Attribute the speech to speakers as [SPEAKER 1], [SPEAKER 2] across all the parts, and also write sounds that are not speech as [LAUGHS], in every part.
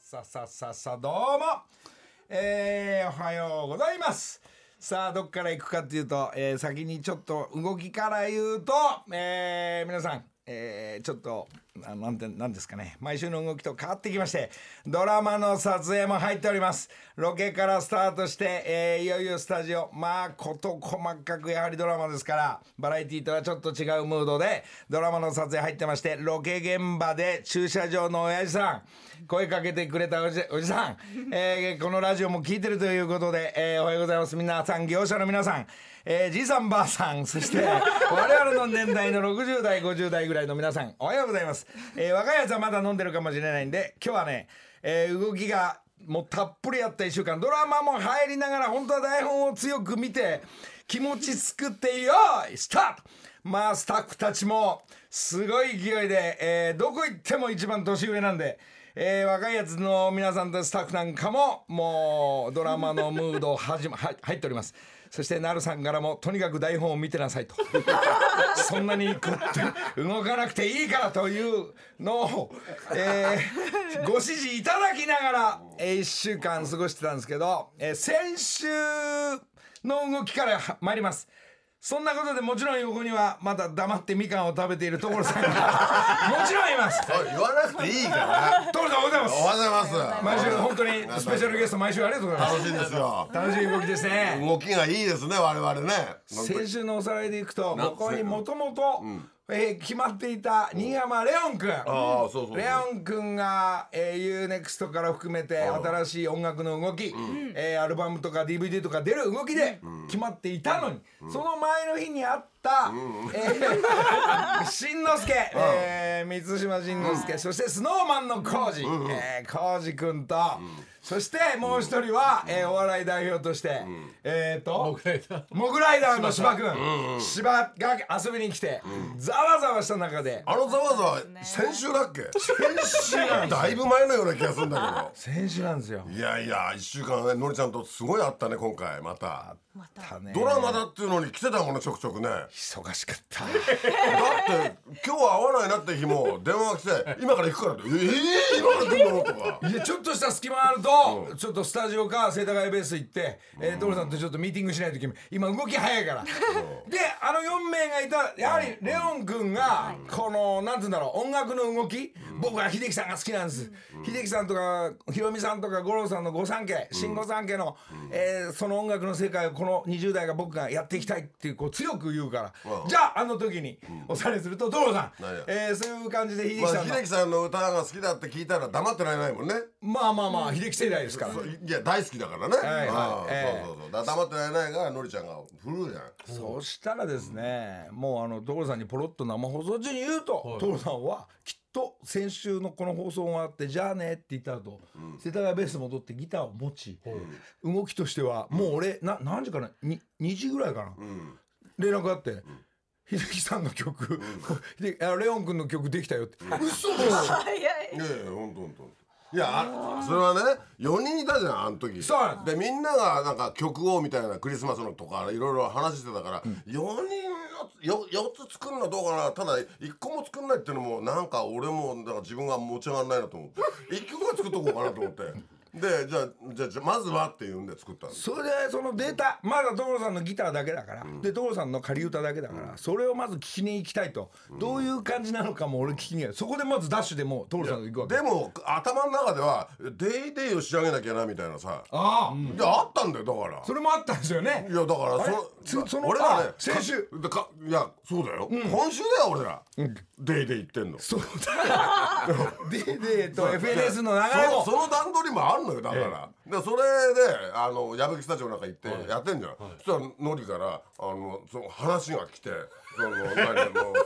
[SPEAKER 1] さあさあさあさあどうもえー、おはようございますさあどっから行くかっていうと、えー、先にちょっと動きから言うと、えー、皆さんえー、ちょっとななんてなんですかね毎週の動きと変わってきましてドラマの撮影も入っておりますロケからスタートして、えー、いよいよスタジオまあ事細かくやはりドラマですからバラエティーとはちょっと違うムードでドラマの撮影入ってましてロケ現場で駐車場の親父さん声かけてくれたおじおじさん、えー、このラジオも聞いてるということで、えー、おはようございます皆さん業者の皆さんえー、じいさんばあさんそして我々の年代の60代50代ぐらいの皆さんおはようございます、えー、若いやつはまだ飲んでるかもしれないんで今日はね、えー、動きがもうたっぷりあった1週間ドラマも入りながら本当は台本を強く見て気持ち作ってよいスタートまあスタッフたちもすごい勢いで、えー、どこ行っても一番年上なんで。えー、若いやつの皆さんとスタッフなんかももうドラマのムードはじ、 [LAUGHS] ま、は入っております。そしてなるさんからもとにかく台本を見てなさいと [LAUGHS] そんなにこって動かなくていいからというのを、えー、ご指示いただきながら、えー、1週間過ごしてたんですけど、えー、先週の動きから参ります。そんなことでもちろん横にはまだ黙ってみかんを食べている所さんが [LAUGHS] もちろんいます。
[SPEAKER 2] 言わなくていいからね。
[SPEAKER 1] 所さんおはようございます。
[SPEAKER 2] おはようござい
[SPEAKER 1] 毎週本当にスペシャルゲスト毎週ありがとうございます。
[SPEAKER 2] 楽しいですよ。
[SPEAKER 1] 楽しい動きですね。
[SPEAKER 2] 動きがいいですね我々ね。
[SPEAKER 1] 先週のおさらいでいくとここにもともと。えー、決まっていた新浜レオン君、、
[SPEAKER 2] うん
[SPEAKER 1] レオン君が、えー、UNEXT から含めて新しい音楽の動き、うん、えー、アルバムとか DVD とか出る動きで決まっていたのに、うん、その前の日にあった、うん、えー、 [LAUGHS] しんのすけ、えー、満島しんのすけ、そして SnowMan の浩二、うんえー、浩二君と。そしてもう一人は、えー、お笑い代表として、うん、えっ、ー、とモグライダーの芝君芝が遊びに来て、うん、ざわざわした中で
[SPEAKER 2] あのざわざわ先週だっけ先週だいぶ前のような気がするんだ
[SPEAKER 1] けど先週なんですよ
[SPEAKER 2] いやいや1週間ねのりちゃんとすごいあったね今回また
[SPEAKER 1] またね
[SPEAKER 2] ドラマだっていうのに来てたもんねちょくちょくね
[SPEAKER 1] 忙しかった
[SPEAKER 2] だって今日は会わないなって日も電話が来て今から行くからってええー、今から来るのとか
[SPEAKER 1] いやちょっとした隙間あるとうん、ちょっとスタジオか世田谷ベース行って、うん、えー、所さんとちょっとミーティングしないと決め今動き早いから、うん、であの4名がいたやはりレオン君がこのなんて言うんだろう音楽の動き、僕は秀樹さんが好きなんです、秀樹さんとかひろみさんとか五郎さんの御三家新御三家の、えー、その音楽の世界をこの20代が僕がやっていきたいっていうこう強く言うから、じゃああの時におされすると所さん、えー、そういう感じで秀樹さん、
[SPEAKER 2] まあ、秀樹さんの歌が好きだって聞いたら黙ってられないもんね
[SPEAKER 1] まあまあまあ秀樹世代ですから。
[SPEAKER 2] いや大好きだからね。はいはい。そうそうそう。だ黙ってられないがのりちゃんが振るじゃん。
[SPEAKER 1] そしたらですね、うん、もうあの所さんにポロッと生放送中に言うと、はい、所さんはきっと先週のこの放送があってじゃあねって言った後、うん、世田谷ベース戻ってギターを持ち、うん、動きとしてはもう俺な何時かなに2時ぐらいかな、連絡あって。秀樹さんの曲、 [LAUGHS] レオン君の曲できたよって、嘘だよ。
[SPEAKER 2] いやいや本当本当。いやそれはね4人いたじゃんあの時
[SPEAKER 1] そう
[SPEAKER 2] でみんながなんか曲をみたいなクリスマスのとかいろいろ話してたから、うん、4人の 4, 4つ作るのどうかなただ1個も作んないっていうのもなんか俺もだから自分が持ち上がんないなと思って1曲は作っとこうかなと思って。でじゃあじゃまずはっていうんで作った
[SPEAKER 1] それでそのデータまだ所さんのギターだけだから、うん、で所さんの仮歌だけだから、うん、それをまず聞きに行きたいと、うん、どういう感じなのかも俺聞きにそこでまずダッシュでもう所さん行くわけ
[SPEAKER 2] でも頭の中では「デイデイを仕上げなきゃな」みたいなさ
[SPEAKER 1] ああ、
[SPEAKER 2] であったんだよだから
[SPEAKER 1] それもあったんですよね
[SPEAKER 2] いやだから
[SPEAKER 1] そその
[SPEAKER 2] 俺らね
[SPEAKER 1] 先週
[SPEAKER 2] かいやそうだよ、今週だよ俺ら、デイデイ行ってんの [LAUGHS]
[SPEAKER 1] そうだデイデイと FNS の流れも
[SPEAKER 2] その段取りもあるのよだから、ええ、でそれであの矢吹スタジオなんか行ってやってんじゃん、はい、そしたらノリからあのその話が来てその何の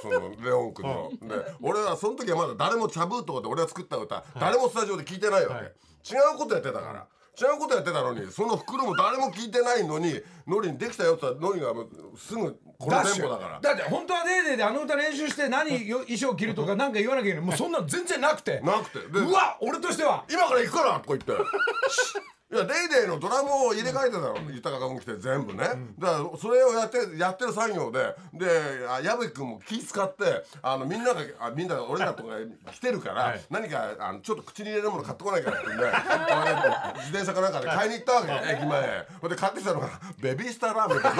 [SPEAKER 2] そのレオン君の、で俺はその時はまだ誰も「チャブーとかで俺が作った歌、はい、誰もスタジオで聴いてないわけ、はい、違うことやってたから。違うことやってたのにその袋も誰も聞いてないのにノリにできたよって言ったらノリがすぐこのテンポだから
[SPEAKER 1] だって本当はデーデーであの歌練習して何よ衣装着るとか何か言わなきゃいけないもうそんなの全然なくて
[SPEAKER 2] なくて
[SPEAKER 1] うわ俺としては
[SPEAKER 2] 今から行くからとか言って [LAUGHS] いや、レイレイのドラムを入れ替えてたの、豊川君来て全部ね。だから、それをやって、やってる作業で、で、あ矢吹君も気使って、あの、みんなが、あみんなが俺らとか来てるから、
[SPEAKER 3] はい
[SPEAKER 2] 何か、あの、ちょっと口に入れるもの買ってこないからって言うんで、俺自転車かなんかで買いに行ったわけ、駅前へ。ほんで、買ってきたのが、ベビースターラーメンってど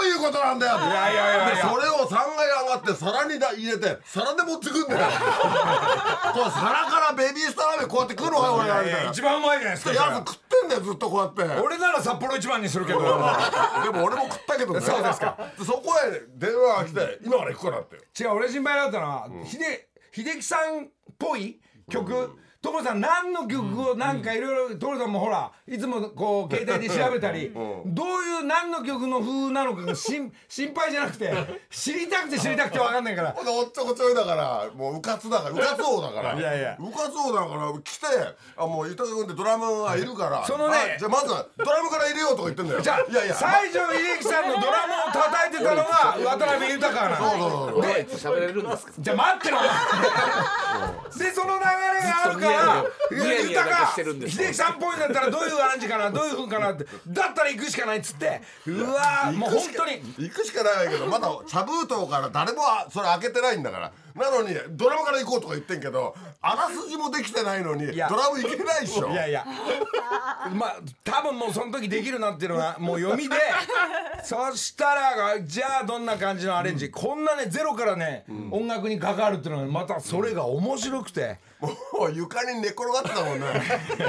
[SPEAKER 2] ういうことなんだよって
[SPEAKER 1] いやいやいやいや
[SPEAKER 2] でそれを3階上がって、皿にだ入れて、皿で持ってくんだよ。こう皿からベビースターラーメンこうやって食うのかよ、俺らみたいな。
[SPEAKER 1] 一番うまいじゃないですかそれ
[SPEAKER 2] やつ食ってんだよずっとこうやって
[SPEAKER 1] 俺なら札幌一番にするけど
[SPEAKER 2] [LAUGHS] でも俺も食ったけどねそうですかそこへ電話が来て今から行くからって
[SPEAKER 1] 違う俺心配だったのは、秀秀樹さんっぽい曲所さん何の曲をなんかいろいろ所さんもほらいつも [LAUGHS] こう携帯で調べたり、どういう何の曲の風なのかがし [LAUGHS] ん心配じゃなくて知りたくて知りたくて分かんないから
[SPEAKER 2] ほんでおっちょこちょいだからもううかつだからうかつ王だから
[SPEAKER 1] いやいや
[SPEAKER 2] うかつ王だから来てあもう豊君ってドラムがいるから
[SPEAKER 1] そのね
[SPEAKER 2] あじゃあまずはドラムから入れようとか言ってんだよ
[SPEAKER 1] じゃあ
[SPEAKER 2] いやいや
[SPEAKER 1] 西城秀樹さんのドラムを叩いてた [LAUGHS] のが渡辺豊な
[SPEAKER 2] そ
[SPEAKER 1] の
[SPEAKER 2] うそうそうそう
[SPEAKER 4] ドイツ喋れるんですか
[SPEAKER 1] じゃあ待ってろでその流れがあるか
[SPEAKER 4] ずっと
[SPEAKER 1] ら
[SPEAKER 4] ニヤニヤニヤニヤ
[SPEAKER 1] 豊
[SPEAKER 4] なんか
[SPEAKER 1] が
[SPEAKER 4] してるん
[SPEAKER 1] 秀
[SPEAKER 4] です
[SPEAKER 1] 樹さんっぽいんだったらどういうアレンジかなどういうふうかなってだったら行くしかないっつってうわーもう本当に
[SPEAKER 2] 行くしかないけどまだ茶封筒から誰もあそれ開けてないんだからなのにドラムから行こうとか言ってんけどあらすじもできてないのにド
[SPEAKER 1] や
[SPEAKER 2] ラム行けないでしょ
[SPEAKER 1] いやいやまあ多分もうその時できるなっていうのがもう読みでそしたらがじゃあどんな感じのアレンジ、こんなねゼロからね、音楽に関わるっていうのがまたそれが面白くて、
[SPEAKER 2] もう床に寝転がってた
[SPEAKER 1] [LAUGHS]
[SPEAKER 2] もんね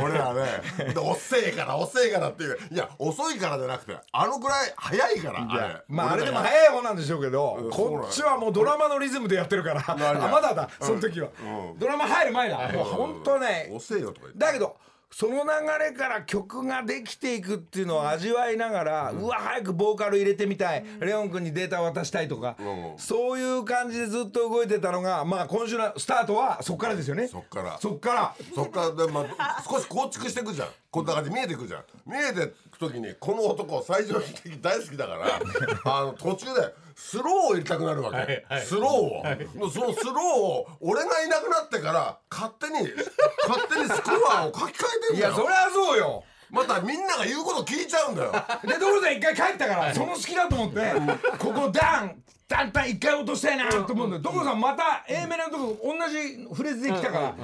[SPEAKER 2] 俺らねで遅えから遅えからっていういや遅いからじゃなくてあのぐらい早いからあれ
[SPEAKER 1] まああれでも
[SPEAKER 2] い
[SPEAKER 1] 早い方なんでしょうけど、
[SPEAKER 2] んそうなの
[SPEAKER 1] こっちはもうドラマのリズムでやってるから、
[SPEAKER 2] なるほど
[SPEAKER 1] あまだだその時は、ドラマ入る前だ、もう本当ね
[SPEAKER 2] 遅えよとか言って
[SPEAKER 1] だけどその流れから曲ができていくっていうのを味わいながら、うわ早くボーカル入れてみたい、レオン君にデータ渡したいとか、そういう感じでずっと動いてたのがまあ今週のスタートはそっからですよね
[SPEAKER 2] そっから
[SPEAKER 1] そっから
[SPEAKER 2] そっからで、まあ、少し構築していくじゃんこんな感じで見えていくじゃん見えていく時にこの男最上的大好きだから
[SPEAKER 1] [LAUGHS]
[SPEAKER 2] あの途中でスローを入れたくなるわけ、スローを、そのスローを俺がいなくなってから勝手に勝手にスコアを書き換えてん
[SPEAKER 1] い
[SPEAKER 2] だ
[SPEAKER 1] やそり
[SPEAKER 2] よ
[SPEAKER 1] ゃそうよ
[SPEAKER 2] またみんなが言うこと聞いちゃうんだよ
[SPEAKER 1] で所さん一回帰ったからその好きだと思ってここダンダンダン一回落としたいなと思うんだけど所さんまた A メロのとこ同じフレーズで来たからこ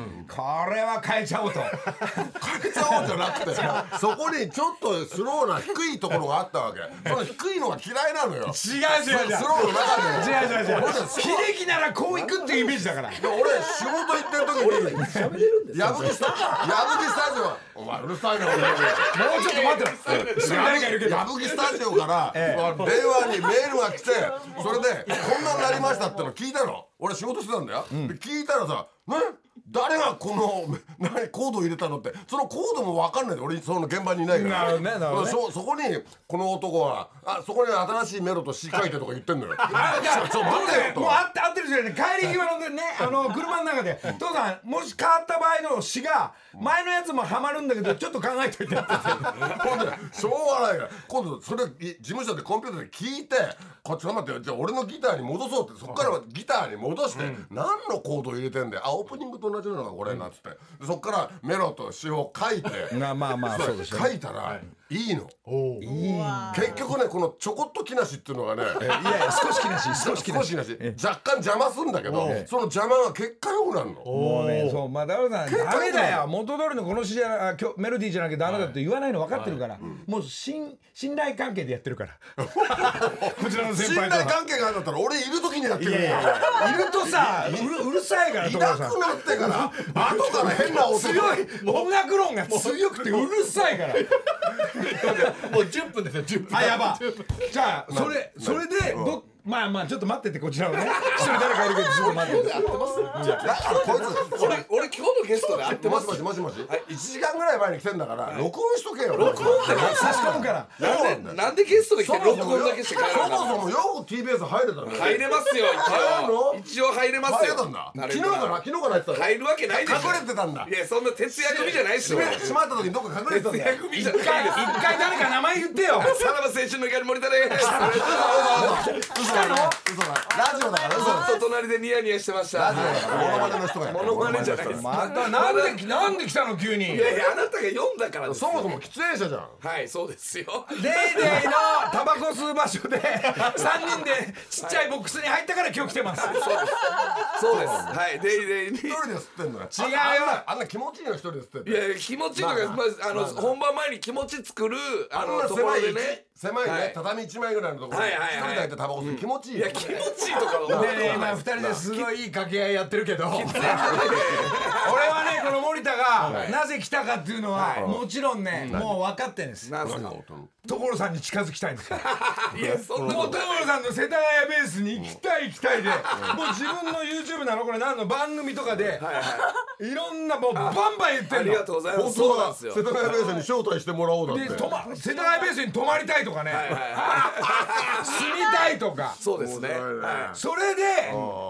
[SPEAKER 1] れは変えちゃおうと
[SPEAKER 2] かけちゃおうじゃなくてそこにちょっとスローな低いところがあったわけその低いのが嫌いなのよ
[SPEAKER 1] 違う違う違う
[SPEAKER 2] スローの中で
[SPEAKER 1] 違う違う違う秀樹ならこう行くっていうイメージだから
[SPEAKER 2] で俺仕事行ってる時
[SPEAKER 4] 喋れるんです
[SPEAKER 2] に矢吹スタ矢吹スタジオお前うるさいな俺
[SPEAKER 1] もうちょっと待ってろ。誰かいるけど。
[SPEAKER 2] 矢吹スタジオから電話にメールが来てそれで「こんなんなりました」っての聞いたの俺仕事してたんだよ、で聞いたらさ「ね誰がこの何コードを入れたの?」ってそのコードも分かんないで俺その現場にいないから
[SPEAKER 1] なるほどねなるほどね
[SPEAKER 2] そそこにこの男は「あそこに新しいメロと詩書いて」とか言ってんのよ「
[SPEAKER 1] あ、じゃあ、
[SPEAKER 2] ちょちょ待てよ」と
[SPEAKER 1] もうあって、あってるじゃない、帰り際のね、あの車の中で、父さん、もし変わった場合の詩が。前のやつもハマるんだけど、ちょっと考えと [LAUGHS] いて。
[SPEAKER 2] ほんでしょうがないから今度それい事務所でコンピューターで聞いてこっち頑張ってよじゃあ俺のギターに戻そうってそっからはギターに戻して、何のコードを入れてんだよあオープニングと同じなのがこれなっつって、でそっからメロと詩を書いて
[SPEAKER 1] まあまあまあそうでしょうね
[SPEAKER 2] 書いたらいいの、結局ねこのちょこっと木梨っていうのがね
[SPEAKER 1] いやいや、少し気なし、少し気
[SPEAKER 2] [LAUGHS] 少しなし若干邪魔すんだけどその邪魔が結果よくなるの。
[SPEAKER 1] もうね、そう、まあ、ダメだ、ダメだよ、元通りのこの詩じゃ、あきょメロディーじゃなきゃダメだって言わないの分かってるから。もう、信、信頼関係でやってる [LAUGHS] から。こちらの
[SPEAKER 2] 信
[SPEAKER 1] 先輩
[SPEAKER 2] 頼
[SPEAKER 1] とは。
[SPEAKER 2] 関係があるんだったら俺いる時にやって
[SPEAKER 1] い
[SPEAKER 2] くれ
[SPEAKER 1] やい
[SPEAKER 2] よ
[SPEAKER 1] や、いるとさ、うる、うるさいから、
[SPEAKER 2] い
[SPEAKER 1] 所
[SPEAKER 2] な
[SPEAKER 1] さ
[SPEAKER 2] く
[SPEAKER 1] ん。
[SPEAKER 2] なってから後から変な音
[SPEAKER 1] 強い音楽論が強くてうるさいから
[SPEAKER 4] かもう10分ですよ10分
[SPEAKER 1] あやばじゃあそれそれでどまあまあちょっと待っててこちらのね [LAUGHS] 一人誰かいるけどちょっと待ってて
[SPEAKER 4] 合ってます
[SPEAKER 2] だからこいつこれ
[SPEAKER 4] 俺俺今日のゲストで合ってま
[SPEAKER 2] も
[SPEAKER 4] す
[SPEAKER 2] しもしもしもし1時間ぐらい前に来てんだから録音しとけよ
[SPEAKER 4] 録音ってなん
[SPEAKER 1] 差し込むから
[SPEAKER 4] なんでなんでゲストで来
[SPEAKER 2] そ
[SPEAKER 4] て
[SPEAKER 2] も
[SPEAKER 4] 録
[SPEAKER 2] そもよ
[SPEAKER 4] 音だけして帰ら
[SPEAKER 2] そ
[SPEAKER 4] な
[SPEAKER 2] も
[SPEAKER 4] か
[SPEAKER 2] そもよく TBS 入れたね
[SPEAKER 4] 入れますよ
[SPEAKER 2] 入るの
[SPEAKER 4] 一応一応入れます
[SPEAKER 2] 入
[SPEAKER 4] よ
[SPEAKER 2] れたんだ昨
[SPEAKER 4] 慣れ
[SPEAKER 2] 日
[SPEAKER 4] て
[SPEAKER 2] か
[SPEAKER 4] る
[SPEAKER 2] ら昨日からやってたの
[SPEAKER 4] 入るわけないでしょ
[SPEAKER 2] 隠れてたんだ
[SPEAKER 4] いやそんな徹夜組じゃないっしょ
[SPEAKER 2] 閉め閉まった時にどっか隠れてたん
[SPEAKER 4] 徹
[SPEAKER 2] だよ
[SPEAKER 4] 夜組
[SPEAKER 1] 一
[SPEAKER 4] じゃない
[SPEAKER 1] 回一回誰か名前言ってよ
[SPEAKER 4] さらば青春の光森田です
[SPEAKER 2] 嘘嘘
[SPEAKER 1] たの
[SPEAKER 2] 嘘だラジオだから嘘だ
[SPEAKER 4] ずっと隣でニヤニヤしてまし
[SPEAKER 2] ラ
[SPEAKER 4] た
[SPEAKER 2] ジオだからモノマネの人がやって
[SPEAKER 4] モ
[SPEAKER 2] る
[SPEAKER 4] ノマネじゃないです
[SPEAKER 1] また [LAUGHS] なんでなんで来たの急に
[SPEAKER 4] いやいやあなたが読んだからです
[SPEAKER 2] そ
[SPEAKER 4] よ
[SPEAKER 2] もそも喫煙者じゃん
[SPEAKER 4] はいそうですよ
[SPEAKER 1] デイデイのタバコ吸う場所で三人でちっちゃいボックスに入ったから今日来てます。
[SPEAKER 4] そうですはいデイデイに
[SPEAKER 2] 一人で吸ってんのよ
[SPEAKER 1] 違うよ
[SPEAKER 2] あんなあんな気持ちいいの一人で吸ってんの
[SPEAKER 4] いやいや気持ちいいのが、まあ、あの、本番前に気持ち作るあ
[SPEAKER 2] あん
[SPEAKER 4] の
[SPEAKER 2] な
[SPEAKER 4] ところ
[SPEAKER 2] 狭い
[SPEAKER 4] で
[SPEAKER 2] ね
[SPEAKER 4] ね
[SPEAKER 2] 狭いね、
[SPEAKER 4] はい
[SPEAKER 2] 畳一枚ぐらいのところ
[SPEAKER 4] は
[SPEAKER 2] で
[SPEAKER 4] い
[SPEAKER 2] 一
[SPEAKER 4] はいはい
[SPEAKER 2] 人で入ってタバコ吸う気持ちいい
[SPEAKER 4] い
[SPEAKER 2] よ
[SPEAKER 4] や気持ちいいとかは
[SPEAKER 1] でね今
[SPEAKER 4] はい
[SPEAKER 1] 二人ですごいいい掛け合いやってるけど [LAUGHS] 俺はねこの森田がなぜ来たかっていうのはもちろんねもう分かってんです
[SPEAKER 4] なんす
[SPEAKER 2] 何
[SPEAKER 4] か
[SPEAKER 2] が音の
[SPEAKER 1] 所さんに近づきたいん
[SPEAKER 4] [LAUGHS]
[SPEAKER 1] ですよ
[SPEAKER 4] いやそんな
[SPEAKER 1] も
[SPEAKER 4] こ
[SPEAKER 1] う
[SPEAKER 4] と
[SPEAKER 1] 所さんの世田谷ベースに行きたい行きたいでもう自分の YouTube なのこれ何の番組とかで
[SPEAKER 4] はいはい
[SPEAKER 1] ろんなもうバンバン言って
[SPEAKER 4] いあ
[SPEAKER 1] ん
[SPEAKER 4] り
[SPEAKER 1] の
[SPEAKER 4] がとうございま
[SPEAKER 2] 本
[SPEAKER 4] すそう
[SPEAKER 2] 当
[SPEAKER 4] なん
[SPEAKER 2] だ
[SPEAKER 4] ですよ
[SPEAKER 2] 世田谷ベースに招待してもらおうだって
[SPEAKER 1] で泊ま世田谷ベースに泊まりたいとかね
[SPEAKER 4] はいはいはい
[SPEAKER 1] 住みたいとか
[SPEAKER 4] そうですね
[SPEAKER 2] 面白いね
[SPEAKER 4] は
[SPEAKER 1] それで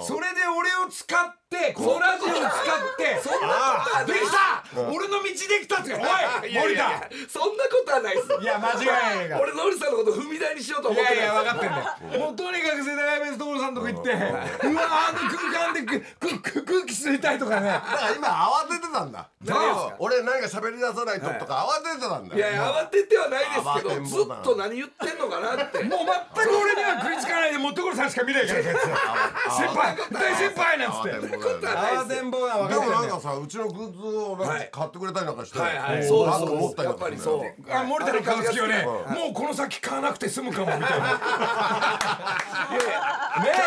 [SPEAKER 1] それで俺を使ってこのラジオを使ってそんなできた俺の道できたってお
[SPEAKER 4] い
[SPEAKER 1] い
[SPEAKER 4] いやいや
[SPEAKER 1] 森
[SPEAKER 4] いや
[SPEAKER 1] 田
[SPEAKER 4] そんなことはないです
[SPEAKER 1] いや間違いないから
[SPEAKER 4] 俺ノリさんのこと踏み台にしようと
[SPEAKER 1] い
[SPEAKER 4] 思って
[SPEAKER 1] や
[SPEAKER 4] ない
[SPEAKER 1] いや分かってんだよもうとにかく世田谷ベース所さんのとこ行ってうわあの空間でくくく空気吸いたいとかね
[SPEAKER 2] だから今慌ててたんだ
[SPEAKER 4] 何ですか
[SPEAKER 2] 俺何か喋り出さないととか慌ててたんだよ
[SPEAKER 4] いやいや慌ててはない
[SPEAKER 2] 慌てん
[SPEAKER 4] ですけ
[SPEAKER 2] ぼだ
[SPEAKER 4] どず
[SPEAKER 2] な
[SPEAKER 4] っと何言ってんのかなって
[SPEAKER 1] もう全く俺には食いつかないでもう所さんしか見ないからこいつ先輩大先輩なんつって
[SPEAKER 2] 慌てんぼだよね
[SPEAKER 1] 慌てんぼは分かってんだ
[SPEAKER 2] でもなん
[SPEAKER 1] よ
[SPEAKER 2] かさうちのグッズをなんか買ってくれたりなんかして
[SPEAKER 4] はいはい
[SPEAKER 2] うん
[SPEAKER 4] そうで
[SPEAKER 2] な
[SPEAKER 4] す
[SPEAKER 2] んか
[SPEAKER 4] そ
[SPEAKER 2] 持
[SPEAKER 4] う
[SPEAKER 2] っ
[SPEAKER 4] で
[SPEAKER 2] たりな
[SPEAKER 4] すやっ
[SPEAKER 2] んかして
[SPEAKER 4] ぱりそう
[SPEAKER 1] あ森田の顔つきはね、
[SPEAKER 4] は
[SPEAKER 1] もうこの先買わなくて済むかもみたいな。ね
[SPEAKER 4] いや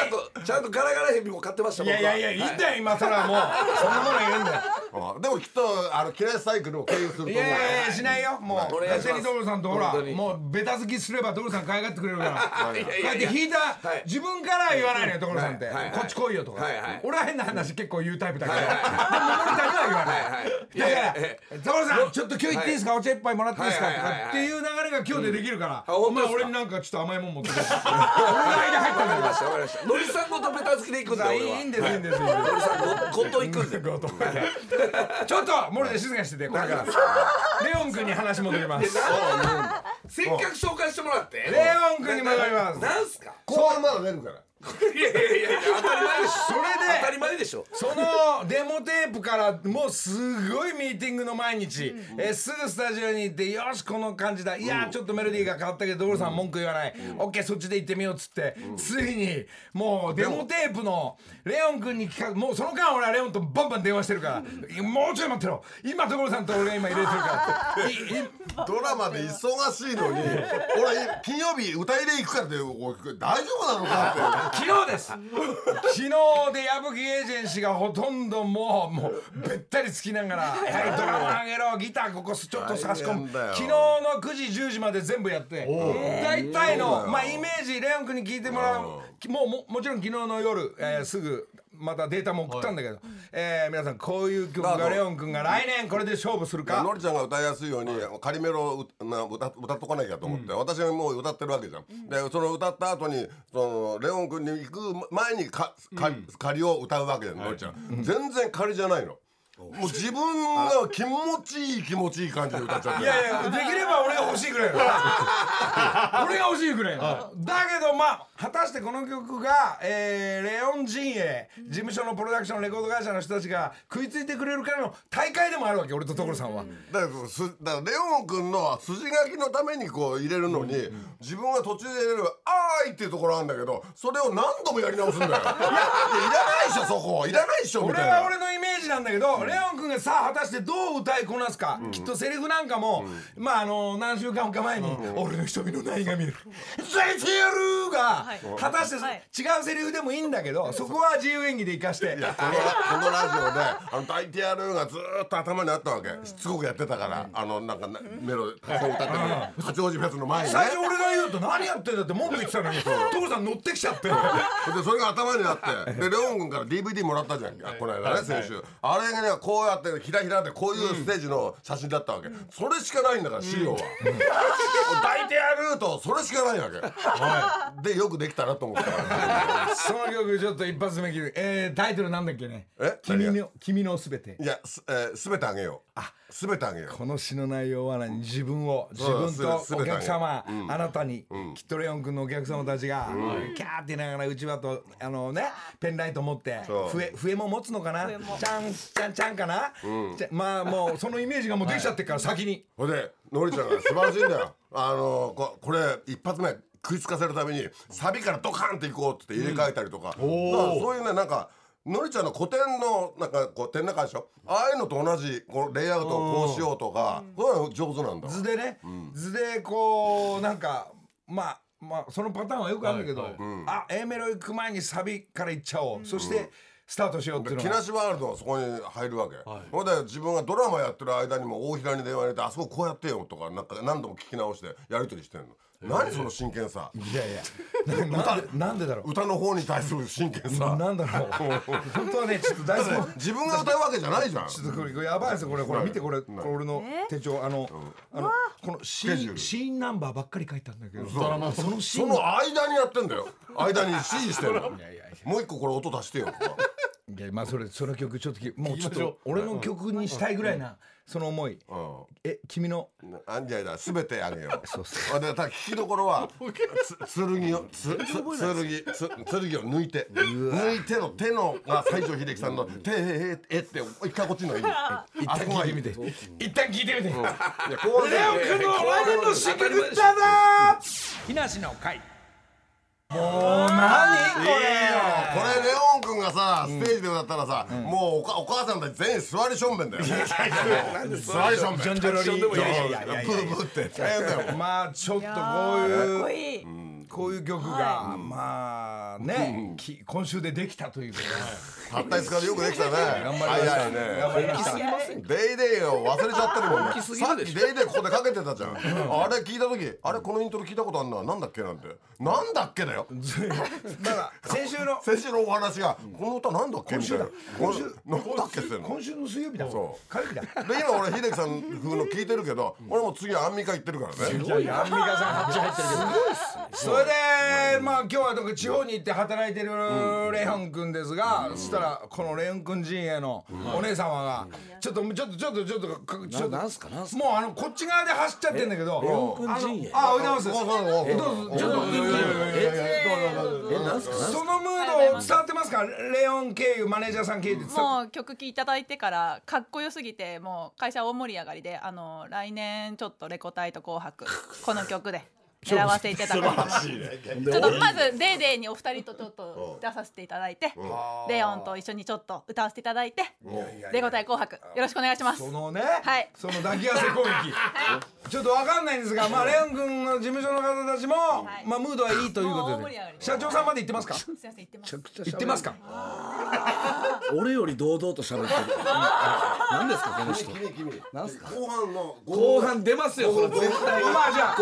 [SPEAKER 4] いやちゃんとちゃんとガラガラヘビも買ってました
[SPEAKER 1] いやいやいや、いいんだよ、今更もう。そんなものいるんだよ。
[SPEAKER 2] うんでもきっとあのキレイサイクルを経由すると思う
[SPEAKER 1] い
[SPEAKER 2] よ
[SPEAKER 1] やいやいや、しないよ、もう。
[SPEAKER 4] お願いします
[SPEAKER 1] 勝手にドルさんとほら、
[SPEAKER 4] 本当に
[SPEAKER 1] もうベタ好きすればドルさん可愛がってくれる
[SPEAKER 4] [LAUGHS]
[SPEAKER 1] から。
[SPEAKER 4] いやい
[SPEAKER 1] だ
[SPEAKER 4] や
[SPEAKER 1] っ
[SPEAKER 4] い
[SPEAKER 1] て
[SPEAKER 4] や
[SPEAKER 1] 引いた
[SPEAKER 4] はい、
[SPEAKER 1] 自分からは言わないのよ、所さんって。
[SPEAKER 4] はいはいはい
[SPEAKER 1] こっち来いよとか
[SPEAKER 4] はいはい。
[SPEAKER 1] 俺は変な話結構言うタイプだから。で
[SPEAKER 4] は
[SPEAKER 1] も
[SPEAKER 4] い
[SPEAKER 1] 森田には言わない。
[SPEAKER 4] いやいや
[SPEAKER 1] だか
[SPEAKER 4] え
[SPEAKER 1] ら、所さん、ちょっと今日行っていいですかお茶一杯もらっていいですか
[SPEAKER 4] はい
[SPEAKER 1] と
[SPEAKER 4] はいはい
[SPEAKER 1] かっていう流れが今日でできるから。
[SPEAKER 4] うんあ本
[SPEAKER 1] ま
[SPEAKER 4] 当で
[SPEAKER 1] あ
[SPEAKER 4] すか
[SPEAKER 1] 俺になんかちょっと甘いもん持ってくる。俺が間入ったんだか
[SPEAKER 4] わかりましたわかりましたノリさんごとベタ好きで行くん
[SPEAKER 1] ら。
[SPEAKER 4] だ
[SPEAKER 1] い
[SPEAKER 4] よ俺はい
[SPEAKER 1] んです、いいんです。いいんです
[SPEAKER 4] ノリさんごと行くんだよ
[SPEAKER 1] こと [LAUGHS] ちょっと森田静かにしててこれからレオン君に話戻りますレ
[SPEAKER 4] せっかく紹介してもらって
[SPEAKER 1] オン君に戻ります
[SPEAKER 4] なんすか
[SPEAKER 2] 後半まだ出るから
[SPEAKER 4] いやいやいや当たり前でしょ
[SPEAKER 1] それ
[SPEAKER 4] 当た
[SPEAKER 1] で
[SPEAKER 4] り前で
[SPEAKER 1] そ
[SPEAKER 4] しょ
[SPEAKER 1] のデモテープからもうすごいミーティングの毎日、えーすぐスタジオに行ってよしこの感じだいやーちょっとメロディーが変わったけどドルさん文句言わない、オッケーそっちで行ってみようっつって、ついにもうデモテープのレオン君に企画もうその間俺はレオンとバンバン電話してるからいやもうちょい待ってろ今所さんと俺今入れてるからって [LAUGHS] いい
[SPEAKER 2] ドラマで忙しいの [LAUGHS] に俺金曜日歌いで行くからっておい大丈夫なのか [LAUGHS] って
[SPEAKER 1] 昨日です昨日で矢吹エージェンシーがほとんどもうもうべったりつきながら「はいドラム上げろギターここちょっと差し込む」
[SPEAKER 2] 大変だよ
[SPEAKER 1] 昨日の9時10時まで全部やって大体
[SPEAKER 2] そうだ
[SPEAKER 1] の、
[SPEAKER 2] よ
[SPEAKER 1] まあ、イメージレオン君に聞いてもらうもうももちろん昨日の夜、えーすぐまたデータも送ったんだけど、えー皆さんこういう曲がレオン君が来年これで勝負するか
[SPEAKER 2] のりちゃんが歌いやすいように仮メロをうな歌歌っとかなきゃと思って、私はもう歌ってるわけじゃん、でその歌った後にそのレオン君に行く前にかか、仮を歌うわけじゃんのりちゃん、全然仮じゃないのもう自分が気持ちいい気持ちいい感じで歌っちゃって
[SPEAKER 1] いやいやできれば俺が欲しいぐら [LAUGHS] いの俺が欲しいぐらいの、だけどまあ果たしてこの曲が、えーレオン陣営事務所のプロダクションレコード会社の人たちが食いついてくれるからの大会でもあるわけ俺と所さんは、
[SPEAKER 2] だからすだからレオン君の筋書きのためにこう入れるのに、自分が途中で入れる「あーい」っていうところあるんだけどそれを何度もやり直すんだよいやいやいらないでしょそこいらないでしょみ
[SPEAKER 1] 俺
[SPEAKER 2] たいな
[SPEAKER 1] は俺のイメージなんだけど、レオン君がさあ果たしてどう歌いこなすか、きっとセリフなんかも、まああの何週間か前に、俺の瞳の内が見える「ゼテル!」が
[SPEAKER 3] はい
[SPEAKER 1] 果たして
[SPEAKER 3] はい
[SPEAKER 1] 違うセリフでもいいんだけどそこは自由演技で生かして
[SPEAKER 2] いやこのこのラジオで「あの大 TR」がずーっと頭にあったわけしつこくやってたからあのなんかなメロ歌ってる八王子フェスの前にね
[SPEAKER 1] 最初俺が言うと何やってんだって文句言ってたのに所さん乗ってきちゃって
[SPEAKER 2] でそれが頭になってでレオン君から DVD もらったじゃんあこの間ね先週あれがねがこうやってひらひらでこういうステージの写真だったわけ、それしかないんだから資料は、 [LAUGHS] 抱いてやるとそれしかないわけ、でよくできたなと思ったから
[SPEAKER 1] その曲ちょっと一発目聞く、えー、タイトルなんだっけね
[SPEAKER 2] え
[SPEAKER 1] 君
[SPEAKER 2] 何が
[SPEAKER 1] の君のすべて
[SPEAKER 2] いやす、えー、全てあげよう全てあげよう
[SPEAKER 1] この詩の内容は何自分を自分
[SPEAKER 2] す
[SPEAKER 1] と
[SPEAKER 2] べ
[SPEAKER 1] お
[SPEAKER 2] てあ
[SPEAKER 1] 客
[SPEAKER 2] げる
[SPEAKER 1] 様、あなたに、キットレオン君のお客様たちが、キャーって言いながらうちわとあのねペンライト持って
[SPEAKER 2] そう
[SPEAKER 1] 笛笛も持つのかなちゃんちゃんちゃんかな、ちゃまあもうそのイメージがもうできちゃってるから先に、
[SPEAKER 2] ほいでのりちゃんが素晴らしいんだよ [LAUGHS] あのここれ一発目食いつかせるためにサビからドカンっていこうって入れ替えたりとか,、そういうねなんかのりちゃんの古典のなんかこう展覧会でしょああいうのと同じこのレイアウトをこうしようとかそういうの上手なんだわ
[SPEAKER 1] 図でね、図でこうなんかまあまあそのパターンはよくあるけど、
[SPEAKER 3] はいはい
[SPEAKER 1] あ A メロ行く前にサビから行っちゃおう、そしてスタートしようっていうの
[SPEAKER 2] 木
[SPEAKER 1] が
[SPEAKER 2] 梨ワールドはそこに入るわけ、
[SPEAKER 3] はい
[SPEAKER 2] ほんで自分がドラマやってる間にも大平に電話入れて「あそここうやってよ」とかなんか何度も聞き直してやり取りしてんの何その真剣さ
[SPEAKER 1] いやいやななんでなんでだろ
[SPEAKER 2] 歌の方に対する真剣
[SPEAKER 1] う
[SPEAKER 2] さ
[SPEAKER 1] なんだろう本当はねちょっと大好き
[SPEAKER 2] 自分が歌うわけじゃないじゃん
[SPEAKER 1] ちょっとこれこれやばいですよこれこれ見てこれこれ俺の手帳あのあのこのシ
[SPEAKER 2] スケジュー
[SPEAKER 1] ーン
[SPEAKER 2] ル
[SPEAKER 1] シーンナンバーばっかり書いたんだけど
[SPEAKER 2] ドラマ
[SPEAKER 1] そのシー
[SPEAKER 2] そ
[SPEAKER 1] ン
[SPEAKER 2] の間にやってんだよ間に指示 [LAUGHS] して
[SPEAKER 1] い
[SPEAKER 2] んの
[SPEAKER 1] やいやいや
[SPEAKER 2] もう一個これ音出してよとか
[SPEAKER 1] いやまあそれその曲ちょっときもうちょっ
[SPEAKER 3] 行きましょう
[SPEAKER 1] と俺の曲にしたいぐらいなその思いえ君の
[SPEAKER 2] うんあんじゃいだ全てあげよう
[SPEAKER 1] そうっす
[SPEAKER 2] でただ聞きどころはつ剣をつつ剣つ剣を抜いて抜いての手のが西城秀樹さんの「手えええ」って一回こっちのがいい
[SPEAKER 1] 一
[SPEAKER 2] あ
[SPEAKER 1] 旦
[SPEAKER 2] そこ
[SPEAKER 1] 聞
[SPEAKER 2] が
[SPEAKER 1] い
[SPEAKER 2] い
[SPEAKER 1] て
[SPEAKER 2] い
[SPEAKER 1] みて一旦聞いてみて
[SPEAKER 2] いやこう
[SPEAKER 1] レオ君の来年のシングル歌だー木梨の会もう何これ
[SPEAKER 2] これレオン君がさステージで歌ったらさ、もうおかお母さんたち全員座りしょんべんだよ座りしょんべん
[SPEAKER 1] ジョンジョロリー
[SPEAKER 3] でもい
[SPEAKER 2] い
[SPEAKER 3] や
[SPEAKER 2] や
[SPEAKER 3] いや
[SPEAKER 2] いやいやいや [LAUGHS] プープーって大変だよ
[SPEAKER 1] まあちょっとこう
[SPEAKER 5] かっ
[SPEAKER 1] いう
[SPEAKER 5] こいい。
[SPEAKER 1] こういう曲が、まあね、き今週でできたということ
[SPEAKER 2] 発達からよくできたね
[SPEAKER 1] 張
[SPEAKER 2] 頑
[SPEAKER 1] りました
[SPEAKER 2] ね
[SPEAKER 1] で頑張りました
[SPEAKER 5] いやいや
[SPEAKER 2] デイデイを忘れちゃってるもんね。
[SPEAKER 3] すぎるでしょ
[SPEAKER 2] さっきデイデイここでかけてたじゃん。あれ聞いた時、あれこのイントロ聞いたことあんな、なんだっけなんて。なんだっけだよ。
[SPEAKER 1] だから先週の
[SPEAKER 2] 先週のお話が、この歌なんだっけみたいな。
[SPEAKER 1] 今週
[SPEAKER 2] なんだっけって言ってんの。
[SPEAKER 1] 今週の水曜日だ
[SPEAKER 2] そう
[SPEAKER 1] 火曜日だ
[SPEAKER 2] で今俺秀樹さん風の聞いてるけど、俺も次アンミカ行ってるからね。
[SPEAKER 1] いやアンミカさん八入ってるそれでまあ今日はどこか地方に行って働いてるレヨン君ですが、そしたらこのレヨン君陣営のお姉様が、ちょっとちょっとちょっとちょっとかちょっと
[SPEAKER 4] なんすかなんす
[SPEAKER 1] もうあのこっち側で走っちゃってんだけどレヨ
[SPEAKER 2] ヨ
[SPEAKER 1] ン君
[SPEAKER 4] 陣営
[SPEAKER 1] あのあおはようございます
[SPEAKER 2] そうそうそう
[SPEAKER 1] どうぞちょっと
[SPEAKER 4] えなんすか
[SPEAKER 1] そのムード伝わってますかレオン経由マネージャーさん経由で伝わっ
[SPEAKER 5] もう曲聴いただいてからかっこよすぎてもう会社大盛り上がりであの来年ちょっとレコ大と紅白この曲で選ばせていただこうと思いますちょっとまずデーデーにお二人とちょっと出させていただいてレオンと一緒にちょっと歌わせていただいてレコ大紅白よろしくお願いします
[SPEAKER 1] そのね、
[SPEAKER 5] はい
[SPEAKER 1] その抱き合わせ攻撃ちょっとわかんないんですが、まあ、レオン君の事務所の方たちも、
[SPEAKER 5] い
[SPEAKER 1] まあ、ムードはいいということ
[SPEAKER 5] もう大盛り
[SPEAKER 1] で
[SPEAKER 5] 上がり
[SPEAKER 1] 社長さんまで行ってますか
[SPEAKER 5] すいません言ってます
[SPEAKER 1] 行ってますか
[SPEAKER 4] 俺より堂々と喋ってる何ですかこの人なんすか
[SPEAKER 2] 後半の
[SPEAKER 4] 後半出ますよこれ絶対
[SPEAKER 1] まあじゃあ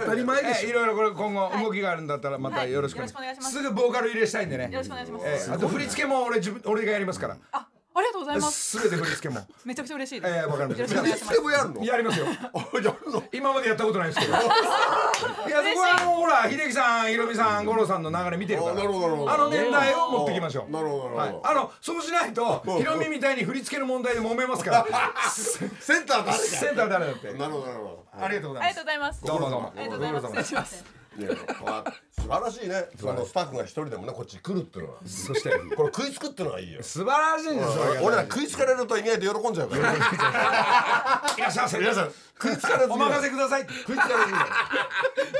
[SPEAKER 4] 当たり前で
[SPEAKER 1] え
[SPEAKER 4] し
[SPEAKER 1] いろいろこれ今後動きがあるんだったらまたよろしくお願い
[SPEAKER 5] はいよろしくお願いします
[SPEAKER 1] すぐボーカル入れしたいんでね
[SPEAKER 5] よろしくお願いします、
[SPEAKER 1] えーあと振り付けも俺自分俺がやりますから
[SPEAKER 5] あありがとうございます
[SPEAKER 1] すべて振り付けも
[SPEAKER 5] めちゃくちゃ嬉しいです、
[SPEAKER 1] えーわかりま
[SPEAKER 5] よろし
[SPEAKER 1] した
[SPEAKER 5] くお願いします
[SPEAKER 2] でもやるの
[SPEAKER 1] やりますよ
[SPEAKER 2] あやるの
[SPEAKER 1] 今までやったことないで
[SPEAKER 2] [LAUGHS]
[SPEAKER 1] すけどいやそこはあのほら秀樹さんひろみさん五郎さんの流れ見てるから
[SPEAKER 2] あなるほどなるほど
[SPEAKER 1] あの年代を持ってきましょう
[SPEAKER 2] なるほどな
[SPEAKER 1] は
[SPEAKER 2] る
[SPEAKER 1] い
[SPEAKER 2] ほ、ど
[SPEAKER 1] あのそうしないとひろみみたいに振り付けの問題で揉めますからセ
[SPEAKER 2] センター誰か
[SPEAKER 1] ンター誰だって
[SPEAKER 2] なるほどなるほ
[SPEAKER 1] ありがとうご
[SPEAKER 5] ありがとう
[SPEAKER 1] ざいます
[SPEAKER 5] ございます
[SPEAKER 1] どうもどうも
[SPEAKER 5] ありがとうございます
[SPEAKER 1] ご苦労様
[SPEAKER 5] 失礼します
[SPEAKER 2] どいやまあ素晴らしいねそのスタッフが一人でもねこっち来るっていうのは
[SPEAKER 1] そして
[SPEAKER 2] これ食いつくっていうのがいいよ
[SPEAKER 1] 素晴らしいですよ
[SPEAKER 2] 俺ら食いつかれると意外と喜んじゃうか
[SPEAKER 1] い
[SPEAKER 2] ら
[SPEAKER 1] らっしゃいませ皆さん
[SPEAKER 2] 食いつかれず
[SPEAKER 1] お任せください
[SPEAKER 2] 食いつか [LAUGHS] れずにだ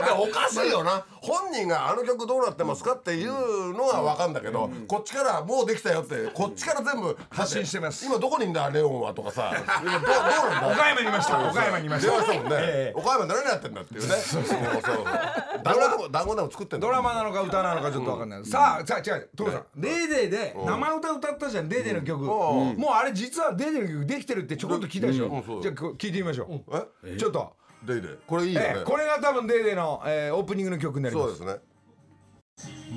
[SPEAKER 2] からおかしいよな [LAUGHS] 本人が「あの曲どうなってますか?」っていうのは分かんだけど、こっちから「もうできたよ」ってこっちから全部
[SPEAKER 1] 発信してます
[SPEAKER 2] 今どこにいんだレオンはとかさ今どうどうなんだ
[SPEAKER 1] 岡山にいました岡山にいまし
[SPEAKER 2] 電話したたもんね、
[SPEAKER 1] ええ
[SPEAKER 2] 岡山で何やってんだっていうねそうそうそう団子でも団子でも作ってんだ
[SPEAKER 1] ドラマなのか歌なのかちょっとわかんない、さあさあ違うトムさん「デーデーで生歌歌ったじゃん「デーデーの曲、もうあれ実は「デーデーの曲できてるってちょこっと聞いたでしょ、
[SPEAKER 2] うんうんそう
[SPEAKER 1] じゃあこう聞いてみましょう、
[SPEAKER 2] え
[SPEAKER 1] ちょっと、
[SPEAKER 2] デイデイこれいいよね
[SPEAKER 1] ええこれが多分「デーデーの、えーオープニングの曲になりま
[SPEAKER 2] そ
[SPEAKER 1] す
[SPEAKER 2] うですね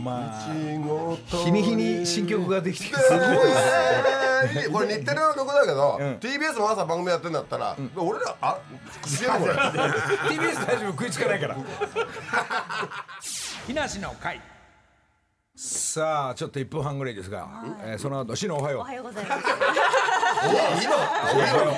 [SPEAKER 1] まあ日
[SPEAKER 2] 日
[SPEAKER 1] に日に新曲ができてる
[SPEAKER 2] えーこれ日テレの曲だけど、
[SPEAKER 1] ん
[SPEAKER 2] TBS も朝番組やってんだったら、俺らあ知らんこれ
[SPEAKER 1] TBS 大丈夫食いつかないから [LAUGHS] 日梨の会さあちょっと1分半ぐらいですが、えーその後シノおはよう
[SPEAKER 3] おはようございます。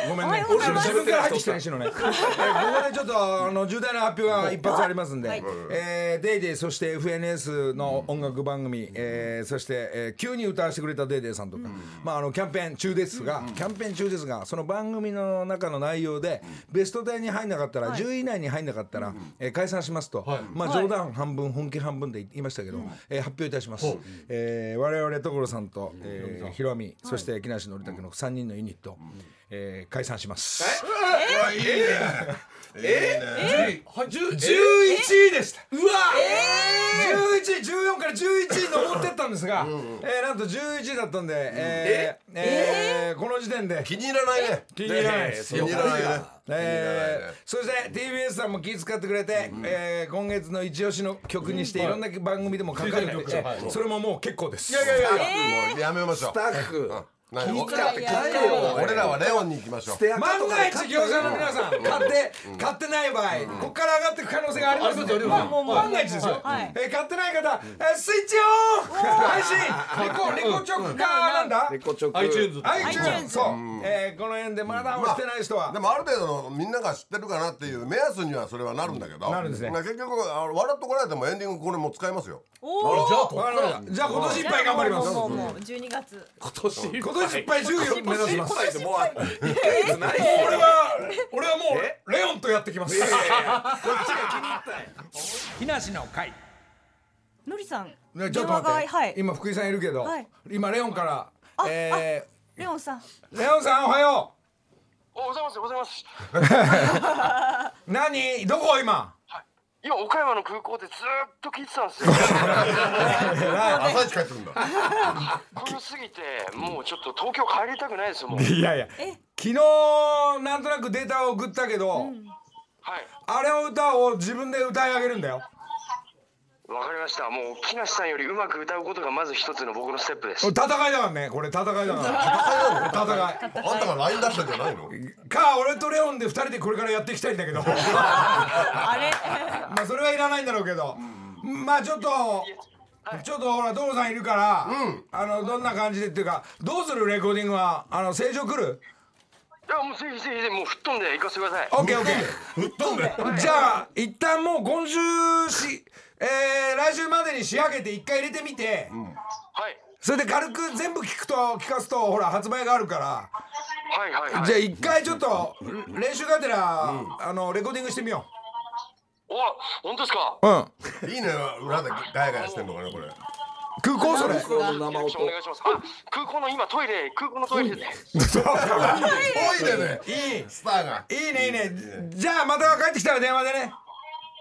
[SPEAKER 1] ごめんね。
[SPEAKER 3] おはようございます
[SPEAKER 1] 自分から入ってきたね、しのね。え [LAUGHS] ーここでちょっとあの重大な発表が一発ありますんで、
[SPEAKER 3] はい
[SPEAKER 1] えーデイデイそして FNS の音楽番組、えーそして、えー急に歌わせてくれたデイデイさんとか、まああのキャンペーン中ですが、キャンペーン中ですが、その番組の中の内容でベスト10に入んなかったら、10位以内に入んなかったら、えー解散しますと、まあ冗談半分本気半分で言いましたけど、えー発表いたします。えー我々所さんと、えー、ひろみ、そして木梨憲武の3人のユニット。えー解散します。
[SPEAKER 6] えは十
[SPEAKER 1] 十
[SPEAKER 6] 十
[SPEAKER 1] 一位でした。うわ。十一、十四から十一位登ってったんですが、えーなんと十一位だったんで、えーえーこの時点で
[SPEAKER 2] 気に入らないね
[SPEAKER 1] 気に入らないです。
[SPEAKER 2] 気に入らないね
[SPEAKER 1] えーそして TBS さんも気遣ってくれて、えー今月の一押しの曲にしていろんな番組でもかかる曲、それももう結構です。いやいやいや
[SPEAKER 2] もうやめましょう
[SPEAKER 4] スタッフ
[SPEAKER 2] 何
[SPEAKER 4] 気使って帰れよ
[SPEAKER 2] 俺らはレオンに行きましょう
[SPEAKER 4] ステアカ
[SPEAKER 1] 万
[SPEAKER 4] ット
[SPEAKER 1] が一
[SPEAKER 4] とか
[SPEAKER 1] 餃子の皆さん買って買ってない場合ここから上がっていく可能性がありますのでまあもう万が一ですよ
[SPEAKER 5] はい
[SPEAKER 1] えー買ってない方えースイッチオン配信リコリコチョッカーなんだ
[SPEAKER 4] レコチョク
[SPEAKER 6] iTunes とか
[SPEAKER 1] iTunes そうえーこの辺でまだ押してない人は
[SPEAKER 2] でもある程度のみんなが知ってるかなっていう目安にはそれはなるんだけど、
[SPEAKER 1] なるんですね
[SPEAKER 2] まあ結局あの笑ってこられてもエンディングこれもう使いますよ
[SPEAKER 5] おお。
[SPEAKER 6] じゃあ
[SPEAKER 1] わかりましたじゃあ今年いっぱい頑張ります
[SPEAKER 3] もうもうもう12月。
[SPEAKER 6] 今年
[SPEAKER 1] 今年いっぱい10位を目指します
[SPEAKER 4] ないでもうあと一ヶ月ない
[SPEAKER 1] 俺は俺はもうレオンとやってきます
[SPEAKER 6] 日梨の会
[SPEAKER 3] のりさん。
[SPEAKER 1] ねちょっと待
[SPEAKER 3] 電話
[SPEAKER 1] っ
[SPEAKER 3] がはい
[SPEAKER 1] て。今福井さんいるけど
[SPEAKER 3] はい
[SPEAKER 1] 今レオンから
[SPEAKER 3] あ
[SPEAKER 1] えー
[SPEAKER 3] レオンさん。
[SPEAKER 1] レオンさんおはよ
[SPEAKER 7] お、ございます、ございます。
[SPEAKER 1] う何どこ今
[SPEAKER 7] 今岡山の空港でずーっと聞いてたんですよ。
[SPEAKER 2] 朝一帰ってくんだ
[SPEAKER 7] こよすぎて、もうちょっと東京帰りたくないですよ。もう。はい。
[SPEAKER 1] いやいや昨日なんとなくデータを送ったけど、あれの歌を自分で歌い上げるんだよ
[SPEAKER 7] わかりました。もう木梨さんよりうまく歌うことがまず一つの僕のステップです
[SPEAKER 1] 戦。いだからねこれ戦いだから戦い
[SPEAKER 2] あんたが LINE 出したんじゃないの
[SPEAKER 1] か俺とレオンで2人でこれからやっていきたいん
[SPEAKER 3] [LAUGHS]
[SPEAKER 1] だけど
[SPEAKER 3] あれ。
[SPEAKER 1] まあそれはいらないんだろうけど、まあちょっと、ちょっとほら所さんいるから、あのどんな感じでっていうかどうするレコーディングはあの正常来る
[SPEAKER 7] いや、もうぜひぜひぜひもう吹っ飛んで行かせてください。
[SPEAKER 1] オッケーオッケー。じゃあ一旦もう今週し、えー、来週までに仕上げて一回入れてみて、
[SPEAKER 7] はい。
[SPEAKER 1] それで軽く全部聞くと聞かすとほら発売があるから、
[SPEAKER 7] はいはいはい。
[SPEAKER 1] じゃあ一回ちょっと練習がてら、あのレコーディングしてみよ
[SPEAKER 7] お、本当ですか。
[SPEAKER 1] う。うん。
[SPEAKER 2] いいね裏でガヤガヤしてんのかねこれ
[SPEAKER 1] 空港それ。
[SPEAKER 4] 生音
[SPEAKER 7] リアクションお願いします。あ、空港の今トイレ、空港のトイレで。
[SPEAKER 1] [LAUGHS]
[SPEAKER 2] 多いでね
[SPEAKER 1] いい
[SPEAKER 2] スターが
[SPEAKER 1] いいねいいね。じゃあまた帰ってきたら電話でね。